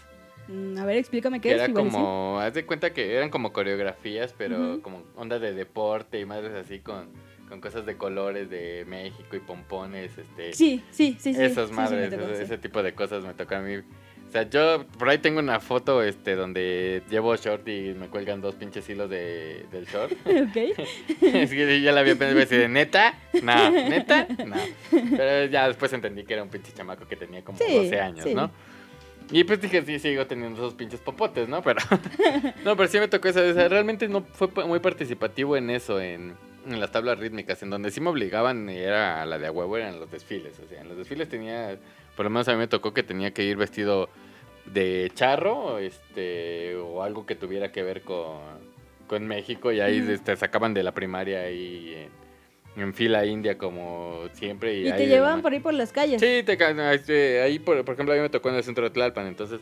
Speaker 2: Mm, A ver, explícame qué
Speaker 1: Que
Speaker 2: es.
Speaker 1: era
Speaker 2: igual y sí.
Speaker 1: como, haz de cuenta que eran como coreografías, pero
Speaker 2: Ujú.
Speaker 1: como onda de deporte y madres así con, con cosas de colores de México y pompones, este,
Speaker 2: Sí, sí, sí, sí.
Speaker 1: esas
Speaker 2: sí, sí,
Speaker 1: madres,
Speaker 2: me tocó,
Speaker 1: ese,
Speaker 2: sí.
Speaker 1: ese tipo de cosas me toca a mí. O sea, yo por ahí tengo una foto este donde llevo short y me cuelgan dos pinches hilos de, del short.
Speaker 2: Ok.
Speaker 1: es que yo ya la había pensado y decía, ¿de neta? No, ¿neta? No. Pero ya después entendí que era un pinche chamaco que tenía como
Speaker 2: Sí,
Speaker 1: 12 años,
Speaker 2: sí.
Speaker 1: ¿no? Y pues dije, sí, sigo teniendo esos pinches popotes, ¿no? Pero no, pero sí me tocó eso. O sea, realmente no fue pa- muy participativo en eso, en, en las tablas rítmicas, en donde sí me obligaban, era a la de a huevo, eran los desfiles. O sea, en los desfiles tenía, por lo menos a mí me tocó que tenía que ir vestido de charro este, o algo que tuviera que ver con, con México y ahí te sacaban de la primaria ahí en, en fila india como siempre.
Speaker 2: Y,
Speaker 1: ahí
Speaker 2: te
Speaker 1: de
Speaker 2: llevaban
Speaker 1: la-
Speaker 2: por ahí por las calles.
Speaker 1: Sí, te, ca- este, ahí por, por ejemplo a mí me tocó en el centro de Tlalpan, entonces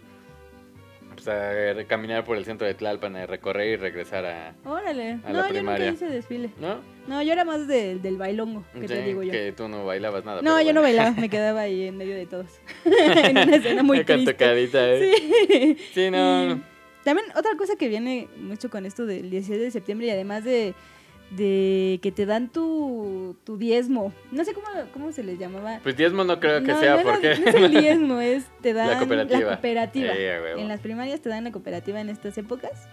Speaker 1: pues, a- caminar por el centro de Tlalpan, a recorrer y regresar a...
Speaker 2: Órale.
Speaker 1: A la
Speaker 2: no, yo nunca
Speaker 1: primaria.
Speaker 2: hice desfile.
Speaker 1: ¿No?
Speaker 2: No, yo era más de- del bailongo, que te
Speaker 1: Sí,
Speaker 2: digo yo.
Speaker 1: Que tú no bailabas nada.
Speaker 2: No,
Speaker 1: pero
Speaker 2: yo no
Speaker 1: bueno.
Speaker 2: bailaba, me quedaba ahí en medio de todos. en una escena muy
Speaker 1: Con tu
Speaker 2: triste.
Speaker 1: carita, ¿eh?
Speaker 2: Sí.
Speaker 1: Sí, no.
Speaker 2: Y También otra cosa que viene mucho con esto del 16 de septiembre y además de, de que te dan tu, tu diezmo. No sé cómo, cómo se les llamaba.
Speaker 1: Pues diezmo no creo que
Speaker 2: no,
Speaker 1: sea
Speaker 2: no era-
Speaker 1: porque...
Speaker 2: no es el diezmo, es te dan
Speaker 1: La cooperativa.
Speaker 2: cooperativa.
Speaker 1: Eh, a huevo.
Speaker 2: en las primarias te dan la cooperativa en estas épocas.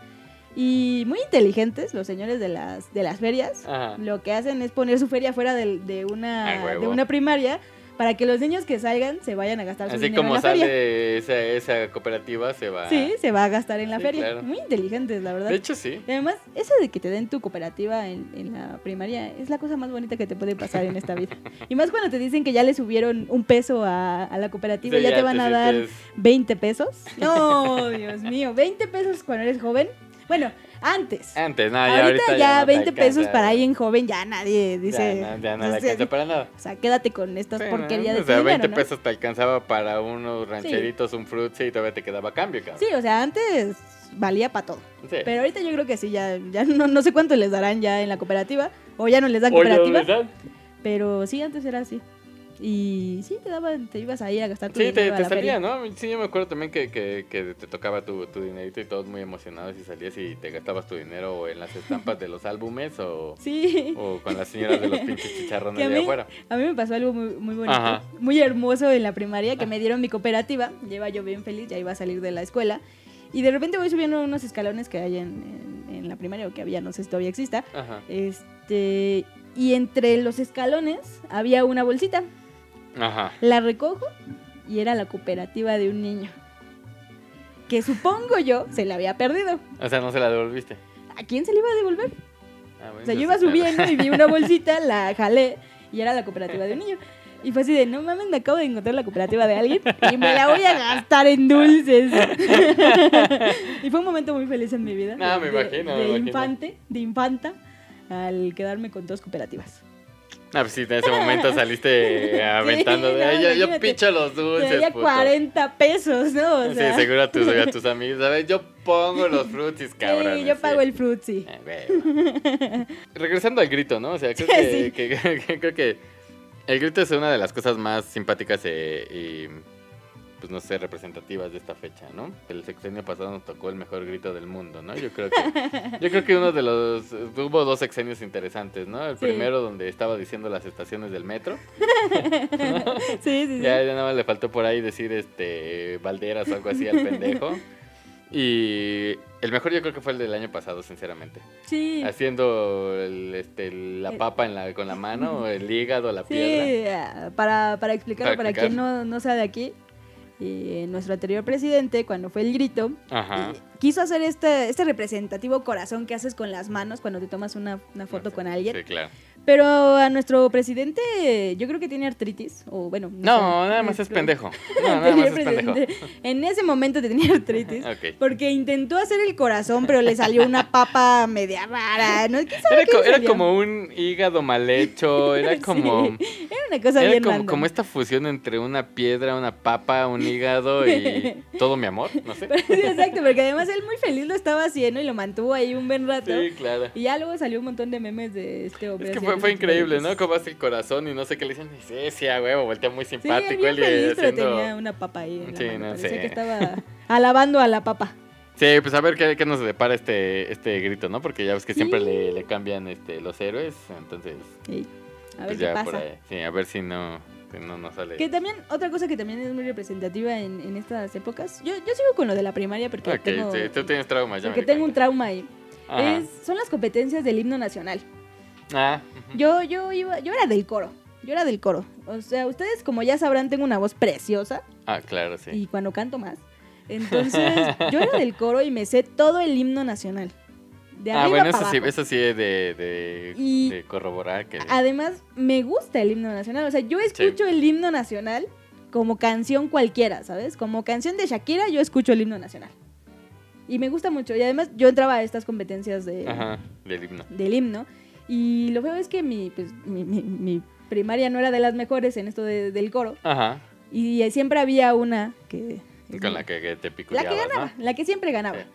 Speaker 2: Y muy inteligentes los señores de las, de las ferias.
Speaker 1: Ajá.
Speaker 2: Lo que hacen es poner su feria fuera del- de,
Speaker 1: Ah. A
Speaker 2: una,
Speaker 1: huevo.
Speaker 2: de una primaria para que los niños que salgan se vayan a gastar su
Speaker 1: Así
Speaker 2: dinero en
Speaker 1: como
Speaker 2: la
Speaker 1: sale
Speaker 2: feria.
Speaker 1: esa, esa cooperativa, se va.
Speaker 2: Sí, se va a gastar en la
Speaker 1: Sí,
Speaker 2: feria.
Speaker 1: claro.
Speaker 2: Muy inteligentes, la verdad.
Speaker 1: De hecho, sí.
Speaker 2: Y además, eso de que te den tu cooperativa en, en la primaria es la cosa más bonita que te puede pasar en esta vida. Y más cuando te dicen que ya le subieron un peso a, a la cooperativa y
Speaker 1: Sí,
Speaker 2: ya, te van a dar
Speaker 1: sientes-
Speaker 2: 20 pesos. No, Dios mío, 20 pesos cuando eres joven. Bueno, antes.
Speaker 1: Antes, nada, Ah, ya
Speaker 2: ahorita,
Speaker 1: ahorita
Speaker 2: ya
Speaker 1: no te
Speaker 2: 20 pesos
Speaker 1: alcanza.
Speaker 2: para alguien joven ya nadie dice.
Speaker 1: Ya, no, ya no le
Speaker 2: dice,
Speaker 1: alcanza para nada.
Speaker 2: o sea, quédate con estas
Speaker 1: Sí, ¿no?
Speaker 2: porquerías de
Speaker 1: O sea,
Speaker 2: tu dinero,
Speaker 1: 20
Speaker 2: ¿no?
Speaker 1: pesos te alcanzaba para unos rancheritos, un frutzi y todavía te quedaba cambio, cabrón.
Speaker 2: Sí, o sea, antes valía para todo.
Speaker 1: Sí.
Speaker 2: Pero ahorita yo creo que sí, ya, ya no, no sé cuánto les darán ya en la cooperativa. O ya no les dan
Speaker 1: Oye,
Speaker 2: cooperativa.
Speaker 1: ¿verdad?
Speaker 2: Pero sí, antes era así. Y sí, te daban, te ibas ahí a gastar tu
Speaker 1: Sí, te,
Speaker 2: dinero a
Speaker 1: te
Speaker 2: la feria.
Speaker 1: salía, ¿no? Sí, yo me acuerdo también que, que, que te tocaba tu, tu dinerito y todos muy emocionados y salías y te gastabas tu dinero o en las estampas de los álbumes o,
Speaker 2: Sí.
Speaker 1: o con las señoras de los pinches
Speaker 2: Que a
Speaker 1: chicharrones de
Speaker 2: mí-
Speaker 1: afuera.
Speaker 2: A mí me pasó algo muy, muy bonito,
Speaker 1: Ajá.
Speaker 2: muy hermoso en la primaria, que me dieron mi cooperativa. Lleva yo bien feliz, ya iba a salir de la escuela. Y de repente voy subiendo unos escalones que hay en, en- en la primaria, o que había, no sé si todavía exista.
Speaker 1: Ajá.
Speaker 2: Este, y entre los escalones había una bolsita.
Speaker 1: Ajá.
Speaker 2: La recojo y era la cooperativa de un niño. Que supongo yo se la había perdido.
Speaker 1: O sea, no se la devolviste.
Speaker 2: ¿A quién se le iba a devolver?
Speaker 1: Ah, bueno,
Speaker 2: O sea, Ah, yo iba
Speaker 1: entonces,
Speaker 2: subiendo y vi una bolsita, la jalé y era la cooperativa de un niño. Y fue así de, no mames, me acabo de encontrar la cooperativa de alguien y me la voy a gastar en dulces. y fue un momento muy feliz en mi vida.
Speaker 1: No, Ah, me
Speaker 2: De-
Speaker 1: imagino,
Speaker 2: De,
Speaker 1: me imagino.
Speaker 2: infante, de infanta, al quedarme con dos cooperativas.
Speaker 1: Ah, pues sí, en ese momento saliste aventando.
Speaker 2: Sí,
Speaker 1: de,
Speaker 2: no,
Speaker 1: "Ay, yo, yo
Speaker 2: imagínate.
Speaker 1: picho los dulces.
Speaker 2: Traía
Speaker 1: puto".
Speaker 2: 40 pesos, ¿no? O sea,
Speaker 1: Sí, seguro a tus, a tus amigos. ¿sabes? Yo pongo los frutis, cabrón.
Speaker 2: sí, yo pago el frutzi.
Speaker 1: Eh, Regresando al grito, ¿no? O sea, creo que,
Speaker 2: Sí, sí.
Speaker 1: que- que- creo que el grito es una de las cosas más simpáticas eh, y, pues no sé, representativas de esta fecha, ¿no? El sexenio pasado nos tocó el mejor grito del mundo, ¿no? Yo creo que, yo creo que uno de los, hubo dos sexenios interesantes, ¿no? El
Speaker 2: Sí.
Speaker 1: primero donde estaba diciendo las estaciones del metro.
Speaker 2: Sí, sí, sí.
Speaker 1: Eh, Ya, ya nada más le faltó por ahí decir este Valderas o algo así al pendejo. Y el mejor yo creo que fue el del año pasado, sinceramente.
Speaker 2: Sí.
Speaker 1: Haciendo el, este, la papa en la, con la mano, el hígado, la
Speaker 2: Eh. Sí,
Speaker 1: piedra.
Speaker 2: ah, para, para explicarlo,
Speaker 1: Para
Speaker 2: para,
Speaker 1: explicar.
Speaker 2: quien no, no sea de aquí, eh, nuestro anterior presidente, cuando fue el grito,
Speaker 1: Ajá.
Speaker 2: eh, quiso hacer este, este representativo corazón que haces con las manos cuando te tomas una, una foto con alguien.
Speaker 1: Sí, claro.
Speaker 2: Pero a nuestro presidente, eh, yo creo que tiene artritis, o bueno.
Speaker 1: No,
Speaker 2: sé,
Speaker 1: nada más es
Speaker 2: nuestro
Speaker 1: pendejo. No, nada más
Speaker 2: anterior
Speaker 1: es pendejo.
Speaker 2: presidente, En ese momento tenía artritis.
Speaker 1: Ok.
Speaker 2: Porque intentó hacer el corazón, pero le salió una papa media rara. ¿no? ¿Quién sabe
Speaker 1: Era,
Speaker 2: qué
Speaker 1: co-
Speaker 2: le
Speaker 1: era
Speaker 2: salió?
Speaker 1: como un hígado mal hecho, era
Speaker 2: Sí,
Speaker 1: como...
Speaker 2: era una cosa
Speaker 1: Era
Speaker 2: bien
Speaker 1: como,
Speaker 2: random.
Speaker 1: como esta fusión entre una piedra, una papa, un hígado y todo mi amor, no sé.
Speaker 2: Sí, exacto, porque además él muy feliz lo estaba haciendo y lo mantuvo ahí un buen rato.
Speaker 1: Sí, claro.
Speaker 2: Y ya luego salió un montón de memes de este hombre.
Speaker 1: Es que
Speaker 2: haciendo
Speaker 1: fue, fue
Speaker 2: sus
Speaker 1: increíble, ¿no?
Speaker 2: cosas.
Speaker 1: Como hace el corazón y no sé qué le dicen. Y Sí, sí, a huevo, voltea muy
Speaker 2: Sí, él
Speaker 1: simpático.
Speaker 2: bien
Speaker 1: él y
Speaker 2: feliz, pero
Speaker 1: haciendo-
Speaker 2: tenía una papa ahí en la
Speaker 1: Sí,
Speaker 2: mano,
Speaker 1: no
Speaker 2: parecía
Speaker 1: sé.
Speaker 2: que estaba alabando a la papa.
Speaker 1: Sí, pues a ver qué, qué nos depara este, este grito, ¿no? Porque ya ves que
Speaker 2: Sí.
Speaker 1: siempre le, le cambian este, los héroes. Entonces,
Speaker 2: Ey, a ver
Speaker 1: pues
Speaker 2: qué
Speaker 1: ya por
Speaker 2: pasa.
Speaker 1: ahí. Sí, a ver si no, si no nos sale.
Speaker 2: Que también, otra cosa que también es muy representativa en, en estas épocas. Yo, yo sigo con lo de la primaria porque
Speaker 1: Ok,
Speaker 2: tengo,
Speaker 1: sí, tú tienes traumas, ya me
Speaker 2: porque
Speaker 1: di
Speaker 2: tengo un
Speaker 1: cuenta.
Speaker 2: trauma ahí.
Speaker 1: Ajá.
Speaker 2: Es- son las competencias del himno nacional.
Speaker 1: Ah, ujú.
Speaker 2: Yo, yo iba, yo era del coro. Yo era del coro. O sea, ustedes como ya sabrán, tengo una voz preciosa
Speaker 1: ah, claro, sí.
Speaker 2: y cuando canto más. Entonces, yo era del coro y me sé todo el himno nacional. De
Speaker 1: ah,
Speaker 2: arriba
Speaker 1: bueno, eso
Speaker 2: para
Speaker 1: sí,
Speaker 2: abajo.
Speaker 1: eso sí es de, de-
Speaker 2: Y- Ah,
Speaker 1: de corroborar que...
Speaker 2: Además, me gusta el himno nacional. O sea, yo escucho el himno nacional como canción cualquiera, ¿sabes? Como canción de Shakira, yo escucho el himno nacional. Y me gusta mucho. Y además, yo entraba a estas competencias de,
Speaker 1: Ajá, del himno.
Speaker 2: del himno. Y lo feo es que mi, pues, mi, mi- mi primaria no era de las mejores en esto de- del coro.
Speaker 1: Ajá,
Speaker 2: Y siempre había una que...
Speaker 1: con la que, que te
Speaker 2: La
Speaker 1: picureabas,
Speaker 2: que ganaba,
Speaker 1: ¿no?
Speaker 2: la que siempre ganaba.
Speaker 1: Sí.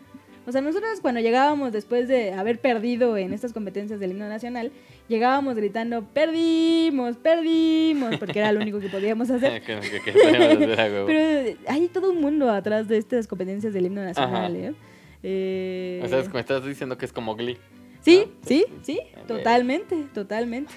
Speaker 2: O sea, nosotros cuando llegábamos después de haber perdido en estas competencias del himno nacional, llegábamos gritando, perdimos, perdimos, porque era lo único que podíamos hacer.
Speaker 1: Que- que- que teníamos de la huevo.
Speaker 2: Pero eh, hay todo un mundo atrás de estas competencias del himno nacional,
Speaker 1: Ajá.
Speaker 2: ¿eh? Eh,
Speaker 1: O sea, es que me estás diciendo que es como Glee.
Speaker 2: sí, sí, sí, totalmente, totalmente.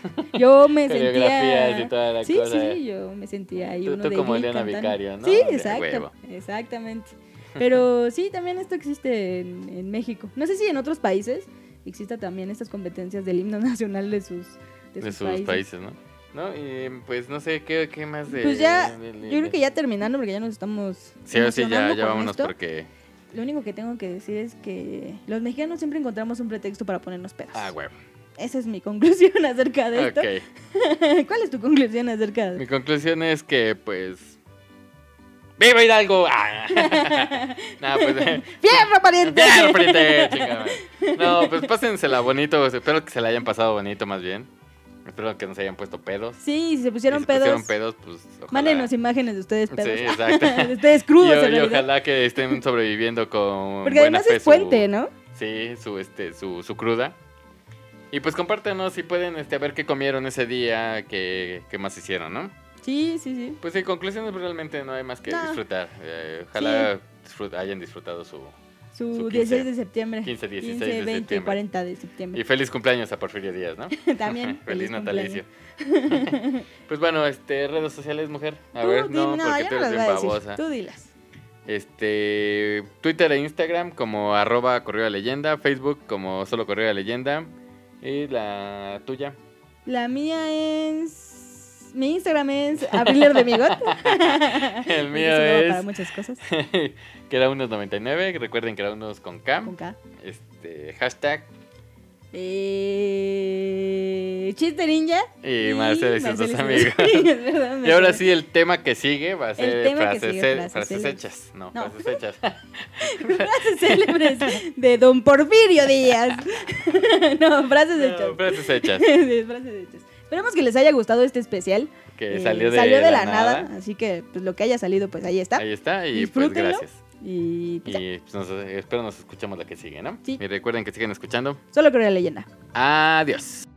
Speaker 2: Yo me
Speaker 1: Coreografías
Speaker 2: sentía...
Speaker 1: y toda la
Speaker 2: sí,
Speaker 1: cosa.
Speaker 2: sí, sí, yo me sentía ahí
Speaker 1: Tú-
Speaker 2: uno
Speaker 1: tú
Speaker 2: de
Speaker 1: como
Speaker 2: Glee
Speaker 1: Eliana
Speaker 2: cantando.
Speaker 1: Vicario, ¿no?
Speaker 2: Sí,
Speaker 1: De
Speaker 2: exacto,
Speaker 1: huevo.
Speaker 2: exactamente. Pero sí, también esto existe en, en México. No sé si en otros países exista también estas competencias del himno nacional de sus, de
Speaker 1: de,
Speaker 2: sus
Speaker 1: sus países, ¿no? ¿no? Y pues no sé, ¿qué, qué más de...?
Speaker 2: Pues ya,
Speaker 1: de- de-
Speaker 2: yo creo que ya terminando porque ya nos estamos
Speaker 1: Sí, ahora sí, ya,
Speaker 2: emocionando
Speaker 1: ya
Speaker 2: con
Speaker 1: vámonos
Speaker 2: esto.
Speaker 1: porque...
Speaker 2: Lo único que tengo que decir es que los mexicanos siempre encontramos un pretexto para ponernos pedos.
Speaker 1: Ah, huevo.
Speaker 2: Esa es mi conclusión acerca de esto.
Speaker 1: Ok.
Speaker 2: ¿Cuál es tu conclusión acerca de
Speaker 1: Mi conclusión es que, pues. ¡Viva Hidalgo! Ah. no, pues.
Speaker 2: ¡Fierro, pariente!
Speaker 1: ¡Bien, frite, chingada madre! No, pues pásensela bonito. pues, Espero que se la hayan pasado bonito, más bien. Espero que no se hayan puesto pedos.
Speaker 2: Sí, si se
Speaker 1: Si se
Speaker 2: pusieron pedos.
Speaker 1: pusieron pedos, pues. Ojalá.
Speaker 2: Mándenos imágenes de ustedes pedos.
Speaker 1: Sí, exacto.
Speaker 2: de ustedes
Speaker 1: Y o-
Speaker 2: crudos, en
Speaker 1: y,
Speaker 2: realidad.
Speaker 1: ojalá que estén sobreviviendo con.
Speaker 2: Porque
Speaker 1: buena
Speaker 2: además
Speaker 1: fe
Speaker 2: es puente,
Speaker 1: su,
Speaker 2: ¿no?
Speaker 1: Sí, su, este, su, su cruda. Y pues compártanos si pueden este, a ver qué comieron ese día, qué, qué más hicieron, ¿no?
Speaker 2: Sí, sí, sí.
Speaker 1: Pues en conclusiones realmente no hay más que
Speaker 2: No.
Speaker 1: disfrutar. Eh, ojalá disfrut- hayan disfrutado su...
Speaker 2: Su,
Speaker 1: Su
Speaker 2: 16 de septiembre.
Speaker 1: 15, 16 de
Speaker 2: 20 y
Speaker 1: septiembre.
Speaker 2: 40 de
Speaker 1: Y
Speaker 2: septiembre.
Speaker 1: feliz cumpleaños a Porfirio Díaz, ¿no?
Speaker 2: También.
Speaker 1: feliz, natalicio. pues bueno, este, redes sociales, mujer. A
Speaker 2: Tú
Speaker 1: ver,
Speaker 2: dime-
Speaker 1: no, porque tú
Speaker 2: yo no
Speaker 1: eres
Speaker 2: las
Speaker 1: bien
Speaker 2: voy a decir.
Speaker 1: babosa.
Speaker 2: Tú dilas.
Speaker 1: Este, Twitter e Instagram como arroba Correo de Leyenda, Facebook como solo Correo de Leyenda y la tuya.
Speaker 2: La mía es... Mi Instagram es Abriler de Migot.
Speaker 1: El mío
Speaker 2: Para
Speaker 1: es
Speaker 2: muchas cosas.
Speaker 1: que era unos 99, recuerden que era unos con K.
Speaker 2: Con K.
Speaker 1: Este, hashtag
Speaker 2: Eh, Chiste Ninja.
Speaker 1: y, Marcelo y sus dos amigos.
Speaker 2: Perdón, me
Speaker 1: Y ahora
Speaker 2: acordé.
Speaker 1: sí, el tema que sigue va a ser
Speaker 2: tema que
Speaker 1: frases,
Speaker 2: sigue,
Speaker 1: he-
Speaker 2: frases
Speaker 1: frases
Speaker 2: célebres.
Speaker 1: hechas. No,
Speaker 2: No.
Speaker 1: frases hechas.
Speaker 2: frases célebres de Don Porfirio Díaz. no, frases hechas.
Speaker 1: No, frases hechas.
Speaker 2: Sí, frases hechas. Esperemos que les haya gustado este especial.
Speaker 1: Que
Speaker 2: Eh,
Speaker 1: salió de,
Speaker 2: la, nada. Así que pues, lo que haya salido, pues ahí está.
Speaker 1: Ahí está, y pues
Speaker 2: Disfrútenlo.
Speaker 1: gracias.
Speaker 2: Y pues, ya.
Speaker 1: Y pues, nos- espero nos escuchamos la que sigue, ¿no?
Speaker 2: Sí.
Speaker 1: Y recuerden que siguen escuchando.
Speaker 2: solo creo en la leyenda.
Speaker 1: Adiós.